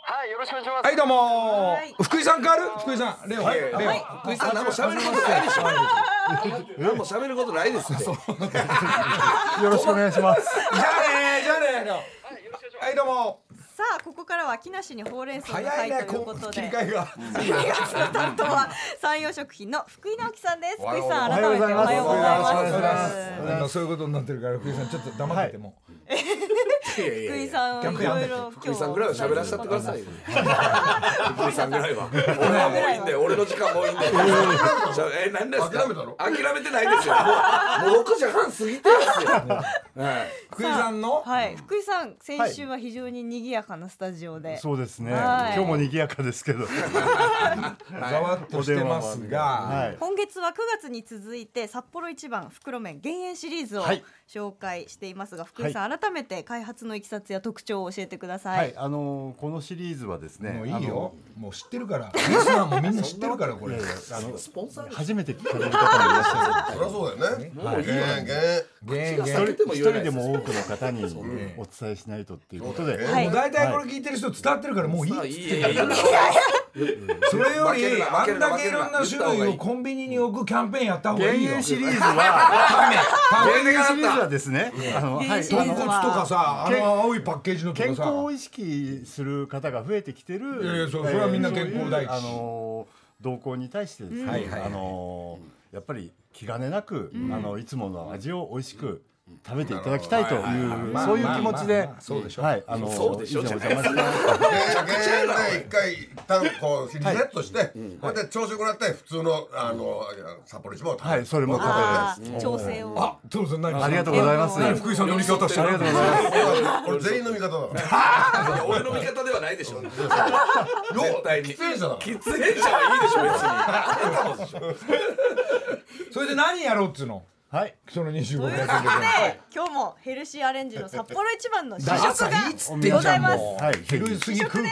[SPEAKER 7] はい、よろしくお願いします。
[SPEAKER 1] はいどうも
[SPEAKER 3] はい。
[SPEAKER 1] 福井さん変わる？福井さん。レオン。レオン。
[SPEAKER 4] 福井さん何も喋ることないでしょ何も喋ることないですって
[SPEAKER 8] よろしくお願いします。
[SPEAKER 1] じゃあねじゃあねレオン。はいどうも。
[SPEAKER 3] さあここからは木梨にほうれん草の
[SPEAKER 1] 早い
[SPEAKER 3] 会
[SPEAKER 1] ね
[SPEAKER 3] というこ
[SPEAKER 1] ことう
[SPEAKER 3] で。
[SPEAKER 1] 切り替えが。
[SPEAKER 3] 2月の担当は山陽食品の福井直樹さんです。
[SPEAKER 2] おは
[SPEAKER 3] 福
[SPEAKER 2] よ
[SPEAKER 3] 井
[SPEAKER 2] う
[SPEAKER 3] さん改めておはようござい
[SPEAKER 8] おはようございま
[SPEAKER 3] ます。
[SPEAKER 1] 今 [LAUGHS] そういうことになってるから福井さんちょっと黙っててもう。
[SPEAKER 3] 福井さんいろいろ今日
[SPEAKER 4] 福井さんぐらいは喋らせちゃってくださいよ福井さんぐらいは俺はもういいんだよ俺の時間もういい [LAUGHS] んだよちょえ何ですか
[SPEAKER 2] 諦めたの
[SPEAKER 4] 諦めてないですよもうもう6時半過ぎてますよはい
[SPEAKER 1] 福井さんの。
[SPEAKER 3] はい福井さん先週は非常に賑やかなスタジオで。
[SPEAKER 8] そうですね。
[SPEAKER 3] はい
[SPEAKER 8] 今日も賑やかですけど。
[SPEAKER 1] ざわ [LAUGHS] っとしてますが、
[SPEAKER 8] はい。
[SPEAKER 3] 今月は9月に続いて札幌一番袋麺減塩シリーズを
[SPEAKER 8] はい
[SPEAKER 3] 紹介していますが、福井さん、改めて開発のいきさつや特徴を教えてください、
[SPEAKER 8] はい、あのーこのシリーズはですね。
[SPEAKER 1] もういいよ。もう知ってるから。リスナーもみんな知ってるからこれ。あの
[SPEAKER 4] スポンサ
[SPEAKER 8] あ
[SPEAKER 4] ー
[SPEAKER 8] の。初めて聞かれる方もいらっしゃ
[SPEAKER 2] そりゃそうだよね
[SPEAKER 4] もういい
[SPEAKER 2] ゲ
[SPEAKER 4] よ
[SPEAKER 2] ンゲン
[SPEAKER 1] ゲーゲ
[SPEAKER 8] る
[SPEAKER 1] ー。
[SPEAKER 4] 一人でも
[SPEAKER 8] 一
[SPEAKER 4] 言
[SPEAKER 8] 人
[SPEAKER 4] えない
[SPEAKER 8] ですも多くの方にお伝えしないとっていうことで。
[SPEAKER 3] はい
[SPEAKER 1] もう大体これ聞いてる人伝わってるからもういい
[SPEAKER 4] いいえいいえ
[SPEAKER 1] それよ
[SPEAKER 4] 負ける
[SPEAKER 1] り
[SPEAKER 4] な
[SPEAKER 1] あ
[SPEAKER 4] 負け
[SPEAKER 1] ん
[SPEAKER 4] るな
[SPEAKER 1] だけいろんな種類をコンビニに置くキャンペーンやった方がい
[SPEAKER 8] 減
[SPEAKER 1] いよ
[SPEAKER 8] 塩シリーズは。減塩シリーズはですね。あの、
[SPEAKER 3] 減
[SPEAKER 8] は
[SPEAKER 3] 塩
[SPEAKER 8] い
[SPEAKER 3] シリーズ。
[SPEAKER 1] 豚骨とかさあの青いパッケージのと
[SPEAKER 8] 健
[SPEAKER 1] か
[SPEAKER 8] 康
[SPEAKER 1] さ
[SPEAKER 8] を意識する方が増えてきてる。
[SPEAKER 1] いやいやそうそれはみんな健康第一
[SPEAKER 8] あのー
[SPEAKER 9] 動向に対してですね、
[SPEAKER 1] はいはいはい
[SPEAKER 9] あのーやっぱり気兼ねなく、あのいつもの味を美味しく食べていただきたいという、
[SPEAKER 1] まあ
[SPEAKER 9] そういう気持ちで、
[SPEAKER 1] まあまあまあそうでしょ
[SPEAKER 9] はい、あのー
[SPEAKER 4] そうでしょ
[SPEAKER 9] 以前お
[SPEAKER 4] じゃない
[SPEAKER 9] 邪魔した
[SPEAKER 2] で一回一旦こうリセットして、これで朝食もらって普通のあの札幌一番を食べ
[SPEAKER 9] は
[SPEAKER 2] る
[SPEAKER 9] い、それも食べ
[SPEAKER 3] あー調整を
[SPEAKER 1] あ、トムさん何
[SPEAKER 9] ありがとうございます。
[SPEAKER 1] 福井さんの見方して
[SPEAKER 9] ありがとうございます。
[SPEAKER 2] 俺全員の味方だから
[SPEAKER 4] いや俺の味方ではない [LAUGHS] でしょ
[SPEAKER 2] よ
[SPEAKER 4] 対に
[SPEAKER 2] 喫煙者だから
[SPEAKER 4] 喫煙者はいいでしょ別に
[SPEAKER 1] それで何やろうっつうの
[SPEAKER 9] はい、
[SPEAKER 1] その25分
[SPEAKER 3] ということで今日もヘルシーアレンジの札幌一番の試食
[SPEAKER 1] 朝いいっつってんじ
[SPEAKER 3] ござ
[SPEAKER 1] ゃ
[SPEAKER 3] い
[SPEAKER 1] ん
[SPEAKER 3] ます
[SPEAKER 1] もう、
[SPEAKER 9] はい
[SPEAKER 1] 昼過ぎ食うから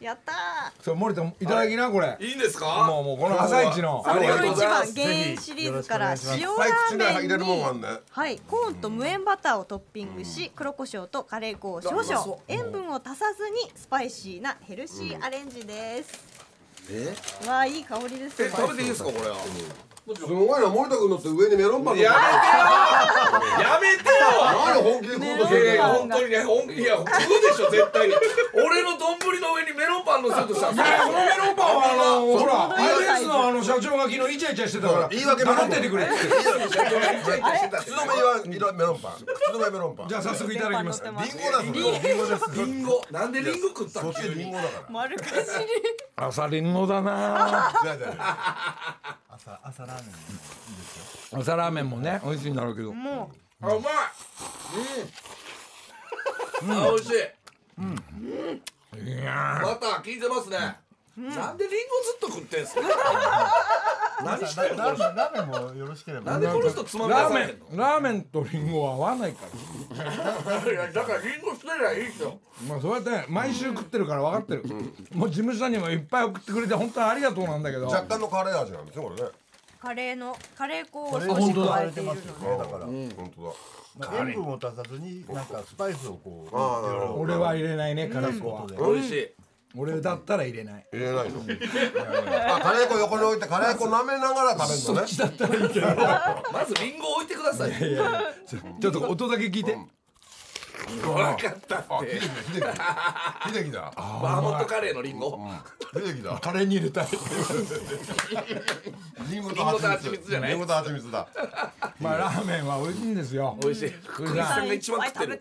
[SPEAKER 3] やったー
[SPEAKER 1] そう森田もいただきなこれ
[SPEAKER 4] いいんですか
[SPEAKER 1] もうもうこの朝一の
[SPEAKER 4] ありがとうご
[SPEAKER 3] 一
[SPEAKER 4] ざいま
[SPEAKER 3] 番
[SPEAKER 4] す
[SPEAKER 3] 減塩シリーズから塩
[SPEAKER 2] はい口に
[SPEAKER 3] ラーメ
[SPEAKER 2] 入
[SPEAKER 3] ン
[SPEAKER 2] れるもん
[SPEAKER 3] に
[SPEAKER 2] があんね
[SPEAKER 3] はい、コーンと無塩バターをトッピングし、黒胡椒とカレー粉を少
[SPEAKER 4] うま
[SPEAKER 3] 々
[SPEAKER 4] そ
[SPEAKER 3] 塩分を足さずにスパイシーなヘルシーアレンジです、わあいい香りです
[SPEAKER 4] え
[SPEAKER 3] よ
[SPEAKER 4] 食べていいですかこれは
[SPEAKER 2] すごいな森田君のって上にメロンパン
[SPEAKER 4] や
[SPEAKER 2] 何
[SPEAKER 4] めてよや
[SPEAKER 2] 本気で食うと
[SPEAKER 4] めてよい
[SPEAKER 2] る
[SPEAKER 4] やいや本当にね本気いや食うでしょ絶対に俺の丼の上にメロンパンのせるとしたら
[SPEAKER 1] このメロンパンはあのほら
[SPEAKER 3] ちょうどいい
[SPEAKER 1] IS のあの社長が昨日イチャイチャしてたから
[SPEAKER 2] 言い訳
[SPEAKER 1] 黙っててくれ
[SPEAKER 2] 口止めはメロンパン口止めメロンパン
[SPEAKER 1] じゃあ早速いただきます
[SPEAKER 3] メ
[SPEAKER 1] リ
[SPEAKER 3] ロ
[SPEAKER 1] ン
[SPEAKER 3] ン
[SPEAKER 1] ゴ
[SPEAKER 3] パ
[SPEAKER 1] です
[SPEAKER 3] ン
[SPEAKER 2] リンゴです
[SPEAKER 4] リンゴなんでリンゴ食った
[SPEAKER 2] そ
[SPEAKER 4] の
[SPEAKER 2] っちでリンゴだから
[SPEAKER 3] 丸かじり
[SPEAKER 1] 朝リンゴだな
[SPEAKER 2] じゃあじゃあ
[SPEAKER 9] 朝朝ラーメン。
[SPEAKER 1] 朝ラーメンもね美味しいんだろうけど
[SPEAKER 3] も
[SPEAKER 4] あうまい。うん。あ美味しい。バター効いてますね。なんでリンゴずっと食ってんすか。何してんの。
[SPEAKER 9] ラーメンラーメンもよろしければ。
[SPEAKER 4] なんでこの人つまみ
[SPEAKER 1] ラ
[SPEAKER 4] 出
[SPEAKER 1] ー
[SPEAKER 4] さない
[SPEAKER 1] メンラーメンとリンゴは合わないから
[SPEAKER 4] の。いやだからリンゴ捨てりゃいいですよ。
[SPEAKER 1] まあそうやって毎週食ってるから分かってる、もう事務所にもいっぱい送ってくれて本当にありがとうなんだけど
[SPEAKER 2] 若干のカレー味なんですよこれね
[SPEAKER 3] うカレーのカレー粉を
[SPEAKER 9] これ
[SPEAKER 3] 少し加えているので
[SPEAKER 2] だから本当だ
[SPEAKER 9] まあ塩分を足さずになんかスパイスをこう。
[SPEAKER 2] ああなるほど
[SPEAKER 1] 俺は入れないねカレー粉は、
[SPEAKER 4] 美味しい。
[SPEAKER 1] 俺だったら入れない
[SPEAKER 2] 入れないのあカレー粉横に置いてカレー粉舐めながら食べるのね
[SPEAKER 4] まずリンゴ置いてください。
[SPEAKER 1] ちょっと音だけ聞いて、
[SPEAKER 4] わかったっ
[SPEAKER 2] 秀
[SPEAKER 4] て。
[SPEAKER 2] 樹秀樹だ
[SPEAKER 4] バーモントカレーのリンゴ。
[SPEAKER 2] 秀樹だ
[SPEAKER 1] カレーに入れたい
[SPEAKER 2] リンゴ
[SPEAKER 4] と蜂蜜じゃない
[SPEAKER 2] リンゴと蜂蜜だ
[SPEAKER 1] まあラーメンは美味しいんですよ
[SPEAKER 4] 美味しい。福井さんが一番食ってる。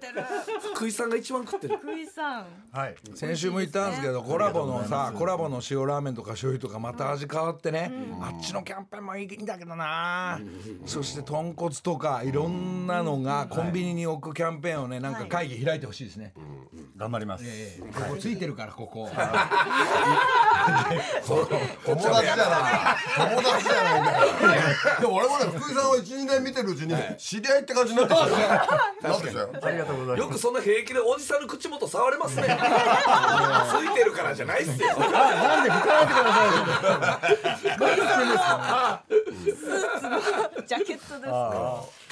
[SPEAKER 4] 福井さんが一番食ってる。
[SPEAKER 3] 福井さん
[SPEAKER 9] はい。
[SPEAKER 1] 先週も言ったんですけどコラボのさコラボの塩ラーメンとか醤油とかまた味変わってね、あっちのキャンペーンもいいんだけどな、そして豚骨とかいろんなのがコンビニに置くキャンペーンをねなんか会議開いてほしいですね、
[SPEAKER 9] 頑張ります。
[SPEAKER 1] ここついてるからここ
[SPEAKER 2] 友達じゃない友達じゃないんだよでも俺もね福井さんを12年見てるうちに知り合いって感じになってきたよなってきたよ
[SPEAKER 9] ありがとうござい
[SPEAKER 4] よ
[SPEAKER 9] ます。
[SPEAKER 4] くそんな平気でおじさんの口元触れますね。ついてるからじゃないっすよ。
[SPEAKER 3] ジャケットです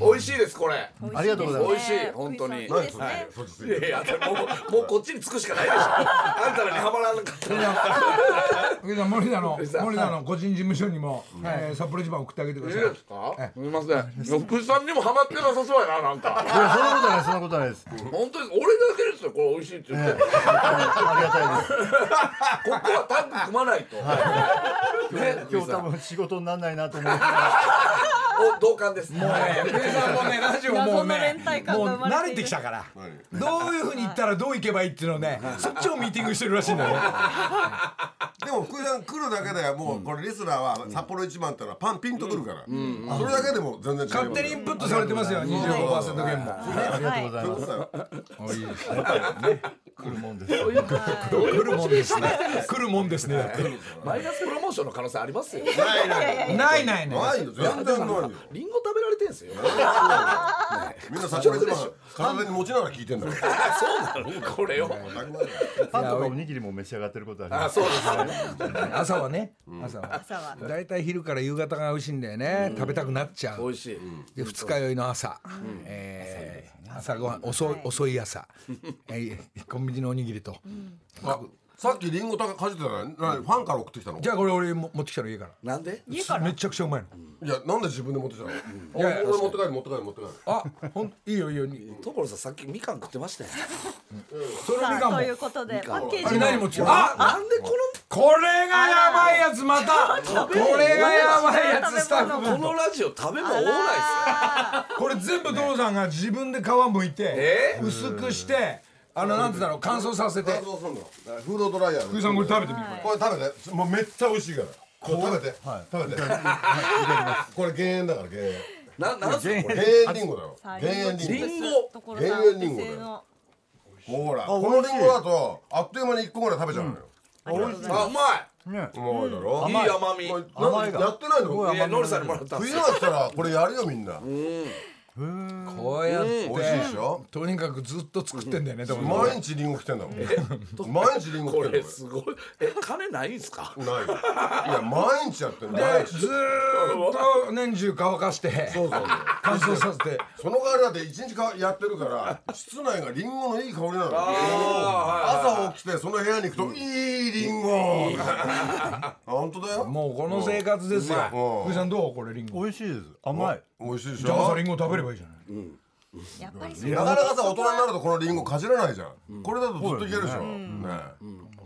[SPEAKER 4] 美味しいですこれ。
[SPEAKER 3] ね
[SPEAKER 9] ありがとうございます
[SPEAKER 4] 美味しい本当に
[SPEAKER 3] 福井さんいいですね
[SPEAKER 2] 何そっちつい
[SPEAKER 4] い
[SPEAKER 2] て
[SPEAKER 4] やいやもうもうこっちにつくしかないでしょ。あんたらにはまらなかったら。
[SPEAKER 1] 森田森田の森田の個人事務所にも、えー札幌一番送ってあげてください。
[SPEAKER 4] か。すみません。福井さんにもハマってなさそうやな、なん
[SPEAKER 9] い
[SPEAKER 4] か。
[SPEAKER 9] やそんなことないそんなことないです。
[SPEAKER 4] 本当に、俺だけですよ、これ美味しいって言って。こ
[SPEAKER 9] ありがたいです。
[SPEAKER 4] こはタッグ組まないと。ね、
[SPEAKER 9] 今日多分仕事にならないなと思ってた
[SPEAKER 4] お、同感です。もう
[SPEAKER 1] 福井さんもねラジオもう
[SPEAKER 3] 謎の
[SPEAKER 1] ね
[SPEAKER 3] 連帯感
[SPEAKER 1] もう
[SPEAKER 3] が生まれて
[SPEAKER 1] 慣れ
[SPEAKER 3] いる
[SPEAKER 1] てきたからどういうふうに行ったらどう行けばいいっていうのをねそっちをミーティングしてるらしいんだよね
[SPEAKER 2] でも福井さん来るだけでもうこれリスナーは札幌一番ってのはパンピンとくるからそれだけでも全然違う
[SPEAKER 1] 勝手にインプットされてますよ25%減も
[SPEAKER 9] ありがとうございます。来るもんです。
[SPEAKER 1] 来るもんですね来るもんですねだって
[SPEAKER 4] マイナスプロモーションの可能性ありますよ。
[SPEAKER 2] ないないない
[SPEAKER 1] ないないない
[SPEAKER 2] ないよ全然ないよ
[SPEAKER 4] リンゴ食べられてんすよ。
[SPEAKER 2] みんな札幌一番体に持ちながら聞いてんだよ
[SPEAKER 4] これを。
[SPEAKER 9] パンとかおにぎりも召し上がってることありま
[SPEAKER 4] あ、
[SPEAKER 9] す。
[SPEAKER 4] そうですね。
[SPEAKER 1] 朝はね朝は
[SPEAKER 3] 朝は
[SPEAKER 1] だいたい昼から夕方が美味しいんだよね食べたくなっちゃ
[SPEAKER 4] 美
[SPEAKER 1] う
[SPEAKER 4] 味しい。
[SPEAKER 1] で二日酔いの朝、えー朝ごはん遅い遅い朝、えーコンビニのおにぎりと、各
[SPEAKER 2] さっきリンゴたかじってたのになファンから送ってきたの
[SPEAKER 1] じゃあこれ俺も持ってきたの家から
[SPEAKER 4] なんで
[SPEAKER 5] 家から
[SPEAKER 1] めちゃくちゃうまいの
[SPEAKER 2] いやなんで自分で持ってきたの
[SPEAKER 1] いやいや
[SPEAKER 2] 俺持って帰る持って帰る持って帰る
[SPEAKER 1] あほんいいよいいよに
[SPEAKER 4] 所さんさっきみかん食ってましたよ
[SPEAKER 1] それみ
[SPEAKER 3] さ
[SPEAKER 1] かん
[SPEAKER 3] あ
[SPEAKER 1] も
[SPEAKER 3] ということでパッケー
[SPEAKER 1] あ
[SPEAKER 3] ジ
[SPEAKER 1] れ
[SPEAKER 3] の
[SPEAKER 1] 何持ってきたのあ
[SPEAKER 4] なんでこ
[SPEAKER 1] これがやばいやつまたこれがやばいやつスタッフ
[SPEAKER 4] の
[SPEAKER 1] 分
[SPEAKER 4] このラジオ食べ物多ないっ
[SPEAKER 1] これ全部所さんが自分で皮むいて
[SPEAKER 4] え
[SPEAKER 1] 薄くしてあのなんて言うんだろう乾燥させて
[SPEAKER 2] 乾燥するのだからフードドライヤー
[SPEAKER 1] 福
[SPEAKER 2] で
[SPEAKER 1] 井さんこれ食べてみる
[SPEAKER 2] これ食べてもうめっちゃ美味しいからこれ食べて食べてこれ減塩だから減塩
[SPEAKER 4] すよななんすかこれ
[SPEAKER 2] 減塩リンゴだよ
[SPEAKER 3] さあ
[SPEAKER 2] 減塩リンゴ
[SPEAKER 4] リンゴ
[SPEAKER 3] 所さんお手製の
[SPEAKER 2] ほら、このリンゴだと、あっという間に一個ぐらい食べちゃうのよ。
[SPEAKER 3] ありがとうござい
[SPEAKER 4] あ
[SPEAKER 3] ま
[SPEAKER 4] う
[SPEAKER 2] う
[SPEAKER 4] ま
[SPEAKER 9] ね
[SPEAKER 2] まいだろ
[SPEAKER 4] いいい甘み
[SPEAKER 2] これ
[SPEAKER 4] い
[SPEAKER 9] 甘い
[SPEAKER 2] な
[SPEAKER 9] が
[SPEAKER 2] んやってないの。
[SPEAKER 4] やノリさんにもらったんで
[SPEAKER 2] 冬
[SPEAKER 4] す
[SPEAKER 2] だ
[SPEAKER 4] よ
[SPEAKER 2] ったら、これやるよ、みんな。
[SPEAKER 1] こうやって
[SPEAKER 2] 美味しいでしょ
[SPEAKER 1] とにかくずっと作ってんだよね所さん
[SPEAKER 2] 毎日リンゴ来てんだもん。毎日リンゴ
[SPEAKER 4] こ
[SPEAKER 2] 来てん
[SPEAKER 4] れ
[SPEAKER 2] だも
[SPEAKER 4] すごいえ金ないんすか
[SPEAKER 2] ん。ないよ。いや、毎日やってんだ
[SPEAKER 1] で
[SPEAKER 2] よ。
[SPEAKER 1] ずーっと年中乾かして
[SPEAKER 2] そうそう。
[SPEAKER 1] 乾燥させて
[SPEAKER 2] その代わりだって、一日か、やってるから、室内がリンゴのいい香りなのよ。朝起きて、その部屋に行くと、いいリンゴ。あ本当だよ。
[SPEAKER 1] もうこの生活ですよ
[SPEAKER 2] う
[SPEAKER 1] 福
[SPEAKER 2] ん
[SPEAKER 1] 井さんどうこれリンゴ
[SPEAKER 9] 美味しいです甘い
[SPEAKER 2] 美味しいでし
[SPEAKER 1] じゃあ
[SPEAKER 2] ょ
[SPEAKER 1] 朝リンゴ食べればいいじゃない
[SPEAKER 3] すやっぱりその
[SPEAKER 2] なかなかさ大人になるとこのリンゴかじらないじゃん、これだとずっといけるでしょ、ね
[SPEAKER 1] も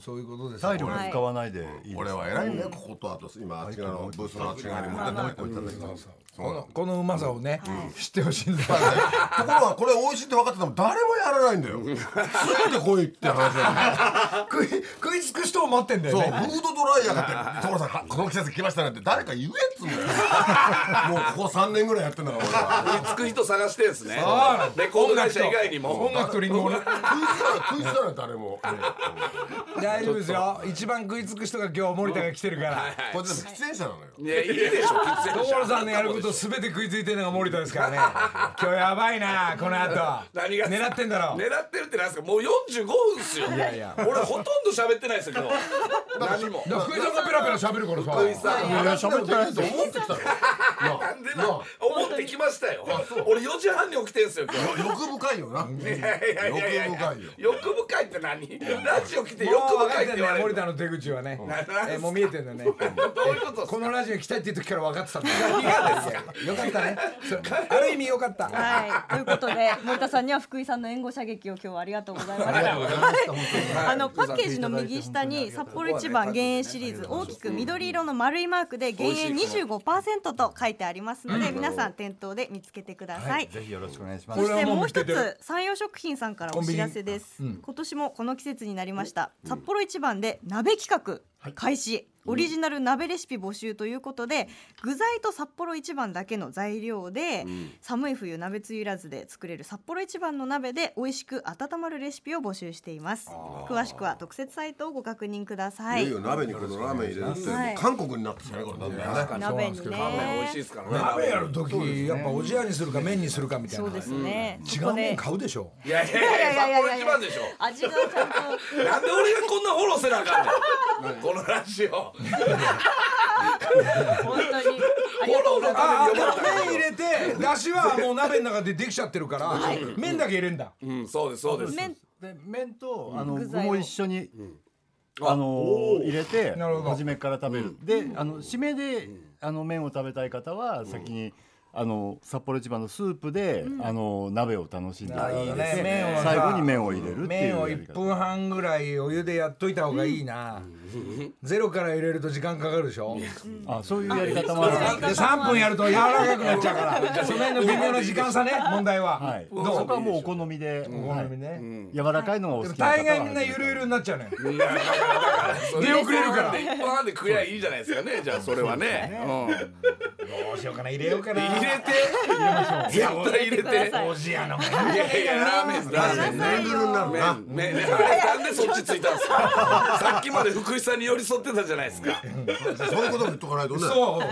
[SPEAKER 1] うそういうことですよ
[SPEAKER 9] 体力使わないでいい
[SPEAKER 2] 俺は偉いね、こことあと今あっち側のブースのあっち側に持ってっておいたんだけどそう
[SPEAKER 1] こ
[SPEAKER 2] なの
[SPEAKER 1] のこのうまさをね、知ってほしいんだ
[SPEAKER 2] だ [LAUGHS] からねところがこれ美味しいって分かってても誰もやらないんだよついてこいって話なんだよ
[SPEAKER 1] 食い食いつく人を待ってんだよ
[SPEAKER 2] そうフ
[SPEAKER 1] ね
[SPEAKER 2] ードドライヤーだって所さんはこの季節来ましたねって誰か言えっつうんだよもうここ3年ぐらいやってんだから俺は
[SPEAKER 4] 食いつく人探してんすね
[SPEAKER 1] はい
[SPEAKER 4] レコード会社以外にも
[SPEAKER 1] 音楽とリンゴをね
[SPEAKER 2] 食いつかない食いつかない誰も、うん
[SPEAKER 1] 大丈夫ですよ一番食いつく人が今日森田が来てるから
[SPEAKER 2] これでも喫煙者なのよ
[SPEAKER 4] いやいいでしょ喫煙者
[SPEAKER 1] 所さんのやること全て食いついてるのが森田ですから [LAUGHS] ね今日やばいなこの後
[SPEAKER 4] 何が
[SPEAKER 1] 狙ってんだろ
[SPEAKER 4] 狙ってるってなんですかもう45分っすよ
[SPEAKER 1] やいや
[SPEAKER 4] [LAUGHS] 俺ほとんど喋ってないですよ今
[SPEAKER 1] [LAUGHS]
[SPEAKER 4] 日何も
[SPEAKER 1] だから福井さんがペラペラ喋るからさ
[SPEAKER 4] 福井さん
[SPEAKER 2] いや喋ってないと思ってきたの
[SPEAKER 4] なんでな思ってきましたよ俺4時半に起きてんすよ今日
[SPEAKER 2] 欲深いよない
[SPEAKER 4] やいやいやいや
[SPEAKER 2] 欲深いよ
[SPEAKER 4] 欲深いって何ラジオ来て
[SPEAKER 1] もう
[SPEAKER 4] 欲
[SPEAKER 1] 分か
[SPEAKER 4] 深
[SPEAKER 1] っ
[SPEAKER 4] いってて
[SPEAKER 1] ん
[SPEAKER 4] 言
[SPEAKER 1] だよ
[SPEAKER 4] われ
[SPEAKER 1] 森
[SPEAKER 4] る
[SPEAKER 1] 田の手口は [LAUGHS] ね
[SPEAKER 4] な
[SPEAKER 1] えもう見えてんだ [LAUGHS] よね
[SPEAKER 4] どういうことっすか
[SPEAKER 1] このラジオ来たいっていう時から分かってたんだよよかったねそれある意味よかった
[SPEAKER 3] はい、ということで森田さんには福井さんの援護射撃を今日はありがとうございました。はいあのパッケージの右下に札幌一番減塩シリーズ大きく緑色の丸いマークで減塩25%と書いてありますので皆さん店頭で見つけてください。
[SPEAKER 9] ぜひよろしくお願いします
[SPEAKER 3] そしてもう一
[SPEAKER 1] これはもう見
[SPEAKER 3] つ山陽食品さんからお知らせです、今年もこの季節になりました札幌一番で鍋企画開始、オリジナル鍋レシピ募集ということで具材と札幌一番だけの材料で、寒い冬鍋つゆいらずで作れる札幌一番の鍋で美味しく温まるレシピを募集しています詳しくは特設サイトをご確認くださ
[SPEAKER 2] い
[SPEAKER 3] い
[SPEAKER 2] よいよ鍋にこのラーメン入れるって、
[SPEAKER 3] はい
[SPEAKER 2] 韓国になってきたねこれなんだよね
[SPEAKER 3] 鍋に
[SPEAKER 4] 美味
[SPEAKER 3] ね
[SPEAKER 4] しいですからね
[SPEAKER 1] 鍋やる時やっぱおじやにするか麺にするかみたい
[SPEAKER 3] そ
[SPEAKER 1] な
[SPEAKER 3] うですね、
[SPEAKER 1] 違
[SPEAKER 3] そうこ
[SPEAKER 1] も
[SPEAKER 3] で
[SPEAKER 1] ん買うでしょ
[SPEAKER 4] いやいやいや札幌一番でしょ
[SPEAKER 3] 味がちゃんと
[SPEAKER 4] なんで俺がこんなフォローせなあ [LAUGHS] かんねんこのラジオ
[SPEAKER 3] 本当にあ
[SPEAKER 4] フ
[SPEAKER 3] り
[SPEAKER 4] ォ
[SPEAKER 3] がとう
[SPEAKER 4] ロ
[SPEAKER 3] ご
[SPEAKER 4] ー
[SPEAKER 3] ざい
[SPEAKER 4] の
[SPEAKER 3] ます
[SPEAKER 4] た
[SPEAKER 1] ああ
[SPEAKER 4] め
[SPEAKER 1] 麺
[SPEAKER 4] に呼ばれた
[SPEAKER 1] 入れてだしはもう鍋の中でできちゃってるから麺だけ入れんだ
[SPEAKER 4] うんそうですそうです
[SPEAKER 3] 麺
[SPEAKER 9] で麺とあの
[SPEAKER 3] 具
[SPEAKER 9] 具
[SPEAKER 3] 材を
[SPEAKER 9] も一緒にあの入れて
[SPEAKER 1] なるほど
[SPEAKER 9] 初めから食べるであの締めであの麺を食べたい方は先にあの札幌一番のスープであの鍋を楽しんでいただい
[SPEAKER 1] いい
[SPEAKER 9] て
[SPEAKER 1] ですね麺をさ
[SPEAKER 9] 最後に麺を入れるっていう
[SPEAKER 1] 麺を
[SPEAKER 9] やり
[SPEAKER 1] 1
[SPEAKER 9] 方
[SPEAKER 1] 分半ぐらいお湯でやっといた方がいいなゼロから入れると時間かかるでしょ
[SPEAKER 9] あそういうやり方もある
[SPEAKER 1] で3分やると柔らかくなっちゃ
[SPEAKER 9] [LAUGHS]
[SPEAKER 1] うからその辺の微妙な時間差ね問題
[SPEAKER 9] は、
[SPEAKER 1] はい
[SPEAKER 9] そ
[SPEAKER 1] どう
[SPEAKER 9] こはもうお好みで、
[SPEAKER 1] お好みね
[SPEAKER 9] はい柔らかいのがお好
[SPEAKER 1] で
[SPEAKER 9] き
[SPEAKER 1] も
[SPEAKER 9] な方は
[SPEAKER 1] 大概みんなゆるゆるになっちゃうね
[SPEAKER 4] いやだから
[SPEAKER 1] 出遅れるから
[SPEAKER 4] 一本半で食えばいいじゃないですかねじゃあそれはねうん
[SPEAKER 1] どうしようかな入れようかな
[SPEAKER 4] 入れて絶対入れて
[SPEAKER 1] おじやのがいい
[SPEAKER 4] いやいやラーメンラーメン
[SPEAKER 2] 年ぐるになるな
[SPEAKER 4] 麺麺なんでそっちついたんですかさっきまで福井さんに寄り添ってたじゃないですか
[SPEAKER 2] そういうことも言っとかないとね
[SPEAKER 1] そう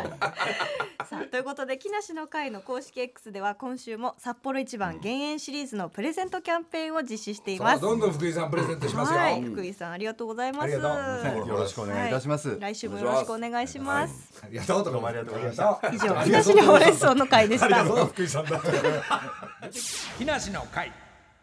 [SPEAKER 3] さあということで木梨の会の公式 X では今週も札幌一番減塩シリーズのプレゼントキャンペーンを実施しています。
[SPEAKER 1] どんどん福井さんプレゼントしますよ
[SPEAKER 3] はい、福井さんありがとうございます。
[SPEAKER 1] ありがとうござ
[SPEAKER 9] はいよろしくお願いいたします。
[SPEAKER 3] はい来週もよろしくお願いします。
[SPEAKER 1] ありがとうとかもありがとうございました
[SPEAKER 3] 以上木梨のほうれん草の会でした。
[SPEAKER 1] 福井さんだ
[SPEAKER 6] 木梨の会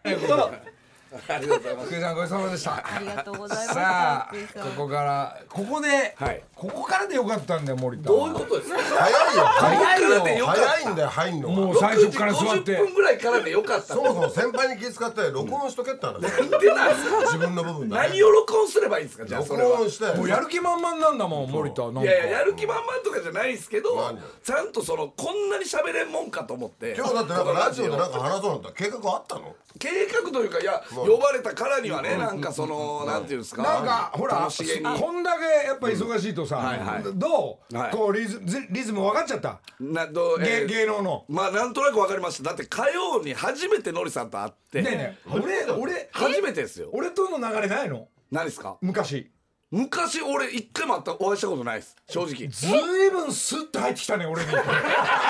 [SPEAKER 1] ということで
[SPEAKER 4] ありがとうございます
[SPEAKER 1] 福井さんごちそうさまでした
[SPEAKER 3] ありがとうございました
[SPEAKER 1] さあ
[SPEAKER 3] 福井さん
[SPEAKER 1] ここからここで、
[SPEAKER 4] はい
[SPEAKER 1] ここからでよかったんだよ森田
[SPEAKER 4] どういうことですか
[SPEAKER 2] 早いよ
[SPEAKER 1] 早いよ
[SPEAKER 2] 早いんだよ入んのが
[SPEAKER 1] もう最初から座って
[SPEAKER 4] 6時50分ぐらいからでよかった
[SPEAKER 2] そもそも先輩に気使って録音しとけって話
[SPEAKER 4] 言ってない
[SPEAKER 2] 自分の部分だ
[SPEAKER 4] 何を録音すればいいんですかじゃあそれ
[SPEAKER 2] 録
[SPEAKER 4] は
[SPEAKER 2] 音して
[SPEAKER 1] もうやる気満々なんだもん森田なんか
[SPEAKER 4] いやいややる気満々とかじゃないですけど
[SPEAKER 2] 何
[SPEAKER 4] ちゃんとそのこんなに喋れんもんかと思って
[SPEAKER 2] 今日だってなんかラジオでなんか話そうなんだ計画あったの
[SPEAKER 4] 計画というかいや呼ばれたからにはねなんかそのなんていうんですか
[SPEAKER 1] なんかほら
[SPEAKER 4] 楽しげに
[SPEAKER 1] こんだけやっぱ忙しいとさ、
[SPEAKER 4] はいはい
[SPEAKER 1] どう、
[SPEAKER 4] はい
[SPEAKER 1] こうリズリリズム分かっちゃった、
[SPEAKER 4] などう
[SPEAKER 1] 芸
[SPEAKER 4] えー
[SPEAKER 1] 芸能の。
[SPEAKER 4] まあなんとなくわかりましただって火曜に初めてのりさんと会って
[SPEAKER 1] ねえねえ
[SPEAKER 4] 俺俺初めてですよ
[SPEAKER 1] 俺との流れないの
[SPEAKER 4] 何ですか
[SPEAKER 1] 昔
[SPEAKER 4] 昔俺一回も会ったお会いしたことないです正直
[SPEAKER 1] ずいぶんスッと入ってきたね
[SPEAKER 4] [LAUGHS]
[SPEAKER 1] 俺にいやいや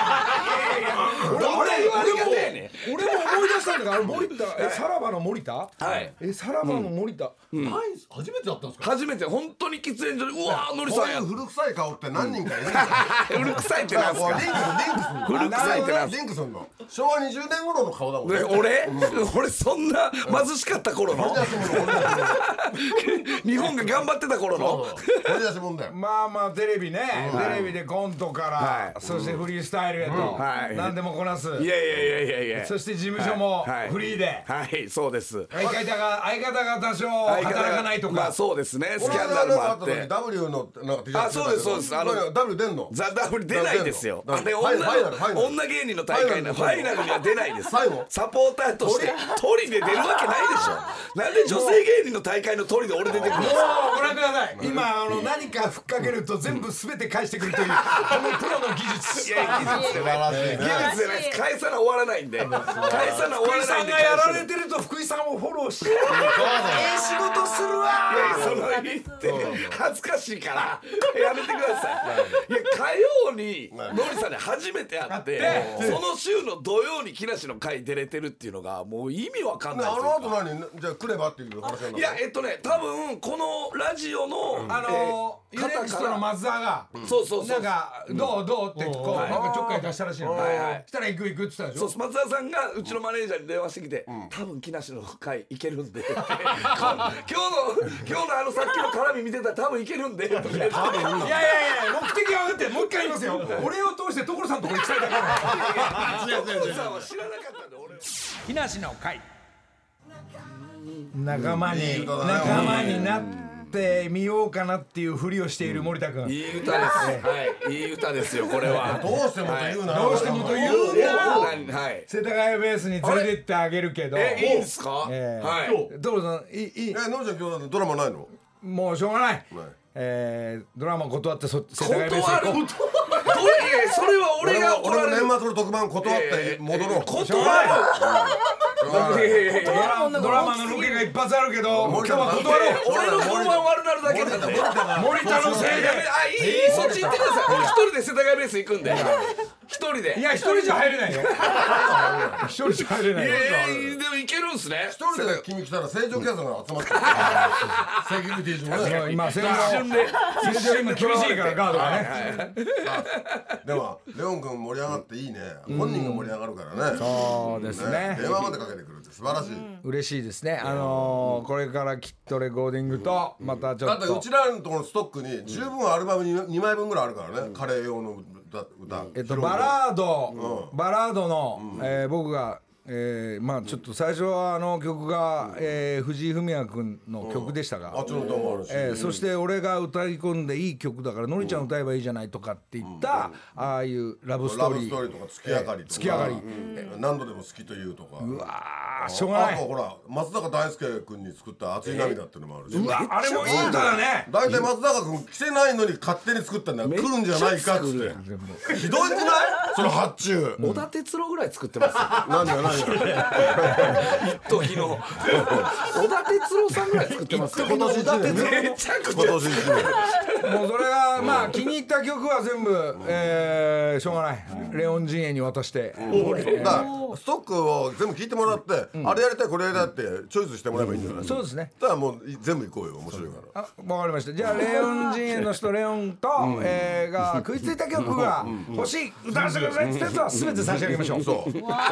[SPEAKER 1] いや俺
[SPEAKER 4] どんな言われ方や
[SPEAKER 1] 俺
[SPEAKER 4] ね
[SPEAKER 1] も俺も思い出したんだからあれ森
[SPEAKER 4] [LAUGHS]
[SPEAKER 1] 田えさらばの森田
[SPEAKER 4] はい
[SPEAKER 1] えさらばの森田
[SPEAKER 8] 前初めてだったんですか
[SPEAKER 4] 初めて本当に喫煙所でうわーのり
[SPEAKER 2] こ
[SPEAKER 4] さ
[SPEAKER 2] うんい
[SPEAKER 4] や
[SPEAKER 2] う古臭い顔って何人かいるんだよ
[SPEAKER 4] うるさいって
[SPEAKER 2] だ
[SPEAKER 4] な
[SPEAKER 2] か
[SPEAKER 4] ん
[SPEAKER 2] らこ
[SPEAKER 4] す
[SPEAKER 2] うリ
[SPEAKER 4] か
[SPEAKER 2] ンクリンクする
[SPEAKER 4] 古臭いってなんすか
[SPEAKER 2] リンクするの昭和20年頃の顔だもんね
[SPEAKER 4] ね俺、 [LAUGHS] 俺そんな貧しかった
[SPEAKER 1] [LAUGHS]
[SPEAKER 4] 頃の
[SPEAKER 2] 掘り出し物掘り出し
[SPEAKER 4] 日本が頑張ってた頃の
[SPEAKER 2] 物掘り出し物だよ
[SPEAKER 1] まあまあテレビねテレビでコントか
[SPEAKER 4] は
[SPEAKER 1] らそしてフリースタイルへと
[SPEAKER 4] はい
[SPEAKER 1] 何でもこなす
[SPEAKER 4] いやいやいやいやいや
[SPEAKER 1] そして事務所も
[SPEAKER 4] はいはい
[SPEAKER 1] フリーで
[SPEAKER 4] はいそうです
[SPEAKER 1] 相方が相方が多少働かないと
[SPEAKER 4] まあ
[SPEAKER 1] か
[SPEAKER 4] そうですね
[SPEAKER 2] こ
[SPEAKER 4] ス
[SPEAKER 2] の
[SPEAKER 4] キャン
[SPEAKER 2] 間
[SPEAKER 4] ダルもあ
[SPEAKER 2] なん
[SPEAKER 4] っ
[SPEAKER 2] か会ってた時 W のなんか T シャツ着てたけど
[SPEAKER 4] あそうですそうですあの
[SPEAKER 2] いやいや W 出んの
[SPEAKER 4] ザ・ダブル出ないですよ
[SPEAKER 2] 出んの
[SPEAKER 4] あれ
[SPEAKER 2] ファイナル
[SPEAKER 4] 女の
[SPEAKER 2] ファイナル
[SPEAKER 4] 女芸人の大会のフ
[SPEAKER 2] フ
[SPEAKER 4] ァ
[SPEAKER 2] ァ
[SPEAKER 4] イ
[SPEAKER 2] イ
[SPEAKER 4] ナ
[SPEAKER 2] ナ
[SPEAKER 4] ルには出ないです
[SPEAKER 2] 最後
[SPEAKER 4] サポーターとしてトリで出るわけないでしょなんで女性芸人の大会のトリで俺出てくるんですか
[SPEAKER 1] もうご覧ください今あの何かふっかけると全部全て返してく
[SPEAKER 4] [LAUGHS]
[SPEAKER 1] るというこのプロの技術
[SPEAKER 4] いや技術じゃない技術じゃないです返さな終わらないんで返さな終わ
[SPEAKER 1] 福井
[SPEAKER 4] らな
[SPEAKER 1] さ
[SPEAKER 4] いん
[SPEAKER 1] ん
[SPEAKER 4] で
[SPEAKER 1] がやられてると福井さんをフォローしてええ仕事するわ
[SPEAKER 4] その日って恥ずかしいからやめてくださいいや火曜にノリさんに初めて会ってその週の土曜に木梨の会出れてるっていうのがもう意味わかん
[SPEAKER 2] ね
[SPEAKER 4] ない
[SPEAKER 2] あ
[SPEAKER 4] という
[SPEAKER 2] の後
[SPEAKER 4] か
[SPEAKER 2] 何じゃあ来ればっていう話なんだ
[SPEAKER 4] いやえっとね多分このラジオの
[SPEAKER 1] あの
[SPEAKER 4] え
[SPEAKER 1] ユネクストの松沢が
[SPEAKER 4] そうそうそ
[SPEAKER 1] な
[SPEAKER 4] うん
[SPEAKER 1] かどうどうってこうなんかちょっかい出したらしいの
[SPEAKER 4] はいはい
[SPEAKER 1] したら行く行くって言ってたでし
[SPEAKER 4] そ
[SPEAKER 1] ょ
[SPEAKER 4] うです松田さんがうちのマネージャーに電話してきて「多分木梨の会いけるんで」 [LAUGHS] 今日の今日のあのさっきの絡み見てたら多分いけるんで」とか言って [LAUGHS]
[SPEAKER 1] いやいやいや目的は分かってるもう一回言いますよ俺を通して所さんのとこ行きたいだけだから
[SPEAKER 4] 所さんは知らなかったんで俺は。
[SPEAKER 6] 木梨の会
[SPEAKER 1] [LAUGHS] 仲間
[SPEAKER 2] いい
[SPEAKER 1] に
[SPEAKER 2] 歌だね
[SPEAKER 1] 仲間になってみようかなっていうふりをしている森田君
[SPEAKER 4] いい歌です。はい、いい歌ですよ、これは。
[SPEAKER 2] どうしてもと言うな
[SPEAKER 1] どうしてもと言うな
[SPEAKER 4] はい。
[SPEAKER 1] 世田谷ベースに連れてってあげるけど
[SPEAKER 4] え、いいんすか。
[SPEAKER 1] ええ
[SPEAKER 4] はい。
[SPEAKER 1] 所さんいいいい
[SPEAKER 2] えのりちゃん今日ドラマないの
[SPEAKER 1] もうしょうがない
[SPEAKER 2] ない
[SPEAKER 1] えードラマ断ってそ世田谷
[SPEAKER 4] 断る。
[SPEAKER 1] ベース行こう
[SPEAKER 4] 断る。どれいやそれは俺が怒られ
[SPEAKER 2] 俺
[SPEAKER 4] る
[SPEAKER 2] も。年末の特番断って戻ろう
[SPEAKER 4] 断る。
[SPEAKER 2] 断
[SPEAKER 4] いやいやい
[SPEAKER 1] ド
[SPEAKER 4] や
[SPEAKER 1] ラマドラマのロケが一発あるけど今日は断ろう
[SPEAKER 4] 俺の評判悪なるだけなんで。
[SPEAKER 1] 森田のせい
[SPEAKER 4] やめ
[SPEAKER 1] で
[SPEAKER 4] あ、いいいい、そっち行ってください。俺一人で世田谷ベース行くんで。一人で。
[SPEAKER 1] い
[SPEAKER 4] い
[SPEAKER 1] や一人じゃ入れないよ一人じゃ入れないよ
[SPEAKER 4] やいやでも行けるんすね。
[SPEAKER 2] 一人で君来たら正常キャスが集まってるセキュリティ上ね
[SPEAKER 1] もう今戦
[SPEAKER 4] 一
[SPEAKER 1] 場
[SPEAKER 4] 瞬で。
[SPEAKER 1] 戦場今厳しいからガードがね
[SPEAKER 2] でもレオン君盛り上がっていいね本人が盛り上がるからね
[SPEAKER 1] そうですね
[SPEAKER 2] 電話までかけてくるって素晴らしい
[SPEAKER 1] 嬉しいですねあのーこれからきっとレコーディングとまたちょ
[SPEAKER 2] だ
[SPEAKER 1] っ
[SPEAKER 2] ってう
[SPEAKER 1] と
[SPEAKER 2] ちらのところのストックに十分アルバムに2枚分ぐらいあるからねカレー用の歌歌
[SPEAKER 1] えっとバラードバラードのえー僕がえーまあちょっと最初はあの曲がえー藤井フミヤ君の曲でしたが
[SPEAKER 2] あっちの歌もあるし
[SPEAKER 1] えーそして俺が歌い込んでいい曲だからのりちゃん歌えばいいじゃないとかって言ったああいうラブス
[SPEAKER 2] ラ
[SPEAKER 1] トー
[SPEAKER 2] ブ
[SPEAKER 1] リ
[SPEAKER 2] ストー
[SPEAKER 1] ー
[SPEAKER 2] リーとか月明かりとか
[SPEAKER 1] 月明かり
[SPEAKER 2] うん何度でも好きというとか
[SPEAKER 1] ああ
[SPEAKER 2] あ
[SPEAKER 1] しょうがな
[SPEAKER 2] あと
[SPEAKER 1] い
[SPEAKER 2] ほら松坂大輔君に作った「熱い涙」っていうのもあるし
[SPEAKER 1] うわあれもいい歌だね
[SPEAKER 2] 大体松坂君来てないのに勝手に作ったんだ来るんじゃないかっつってひどいんじゃないその発注
[SPEAKER 4] 小田哲郎ぐらい作ってますよ。
[SPEAKER 2] 何が何が
[SPEAKER 4] 時の小田哲郎さんぐらい作ってますよ
[SPEAKER 2] 今年一年
[SPEAKER 4] めちゃくちゃ
[SPEAKER 2] 今年一年
[SPEAKER 1] もうそれがまあ気に入った曲は全部えーしょうがないレオン陣営に渡して
[SPEAKER 2] [LAUGHS] だからストックを全部聞いてもらって、あれやりたいこれやりたいってチョイスしてもらえばいいんじゃない、
[SPEAKER 1] そうですね
[SPEAKER 2] だからもう全部行こうよ面白いから
[SPEAKER 1] あわかりましたじゃあレオン陣営の人レオンとえーが食いついた曲が欲しい歌わせてくださいってやつは全て差し上げましょう
[SPEAKER 2] そう俺だか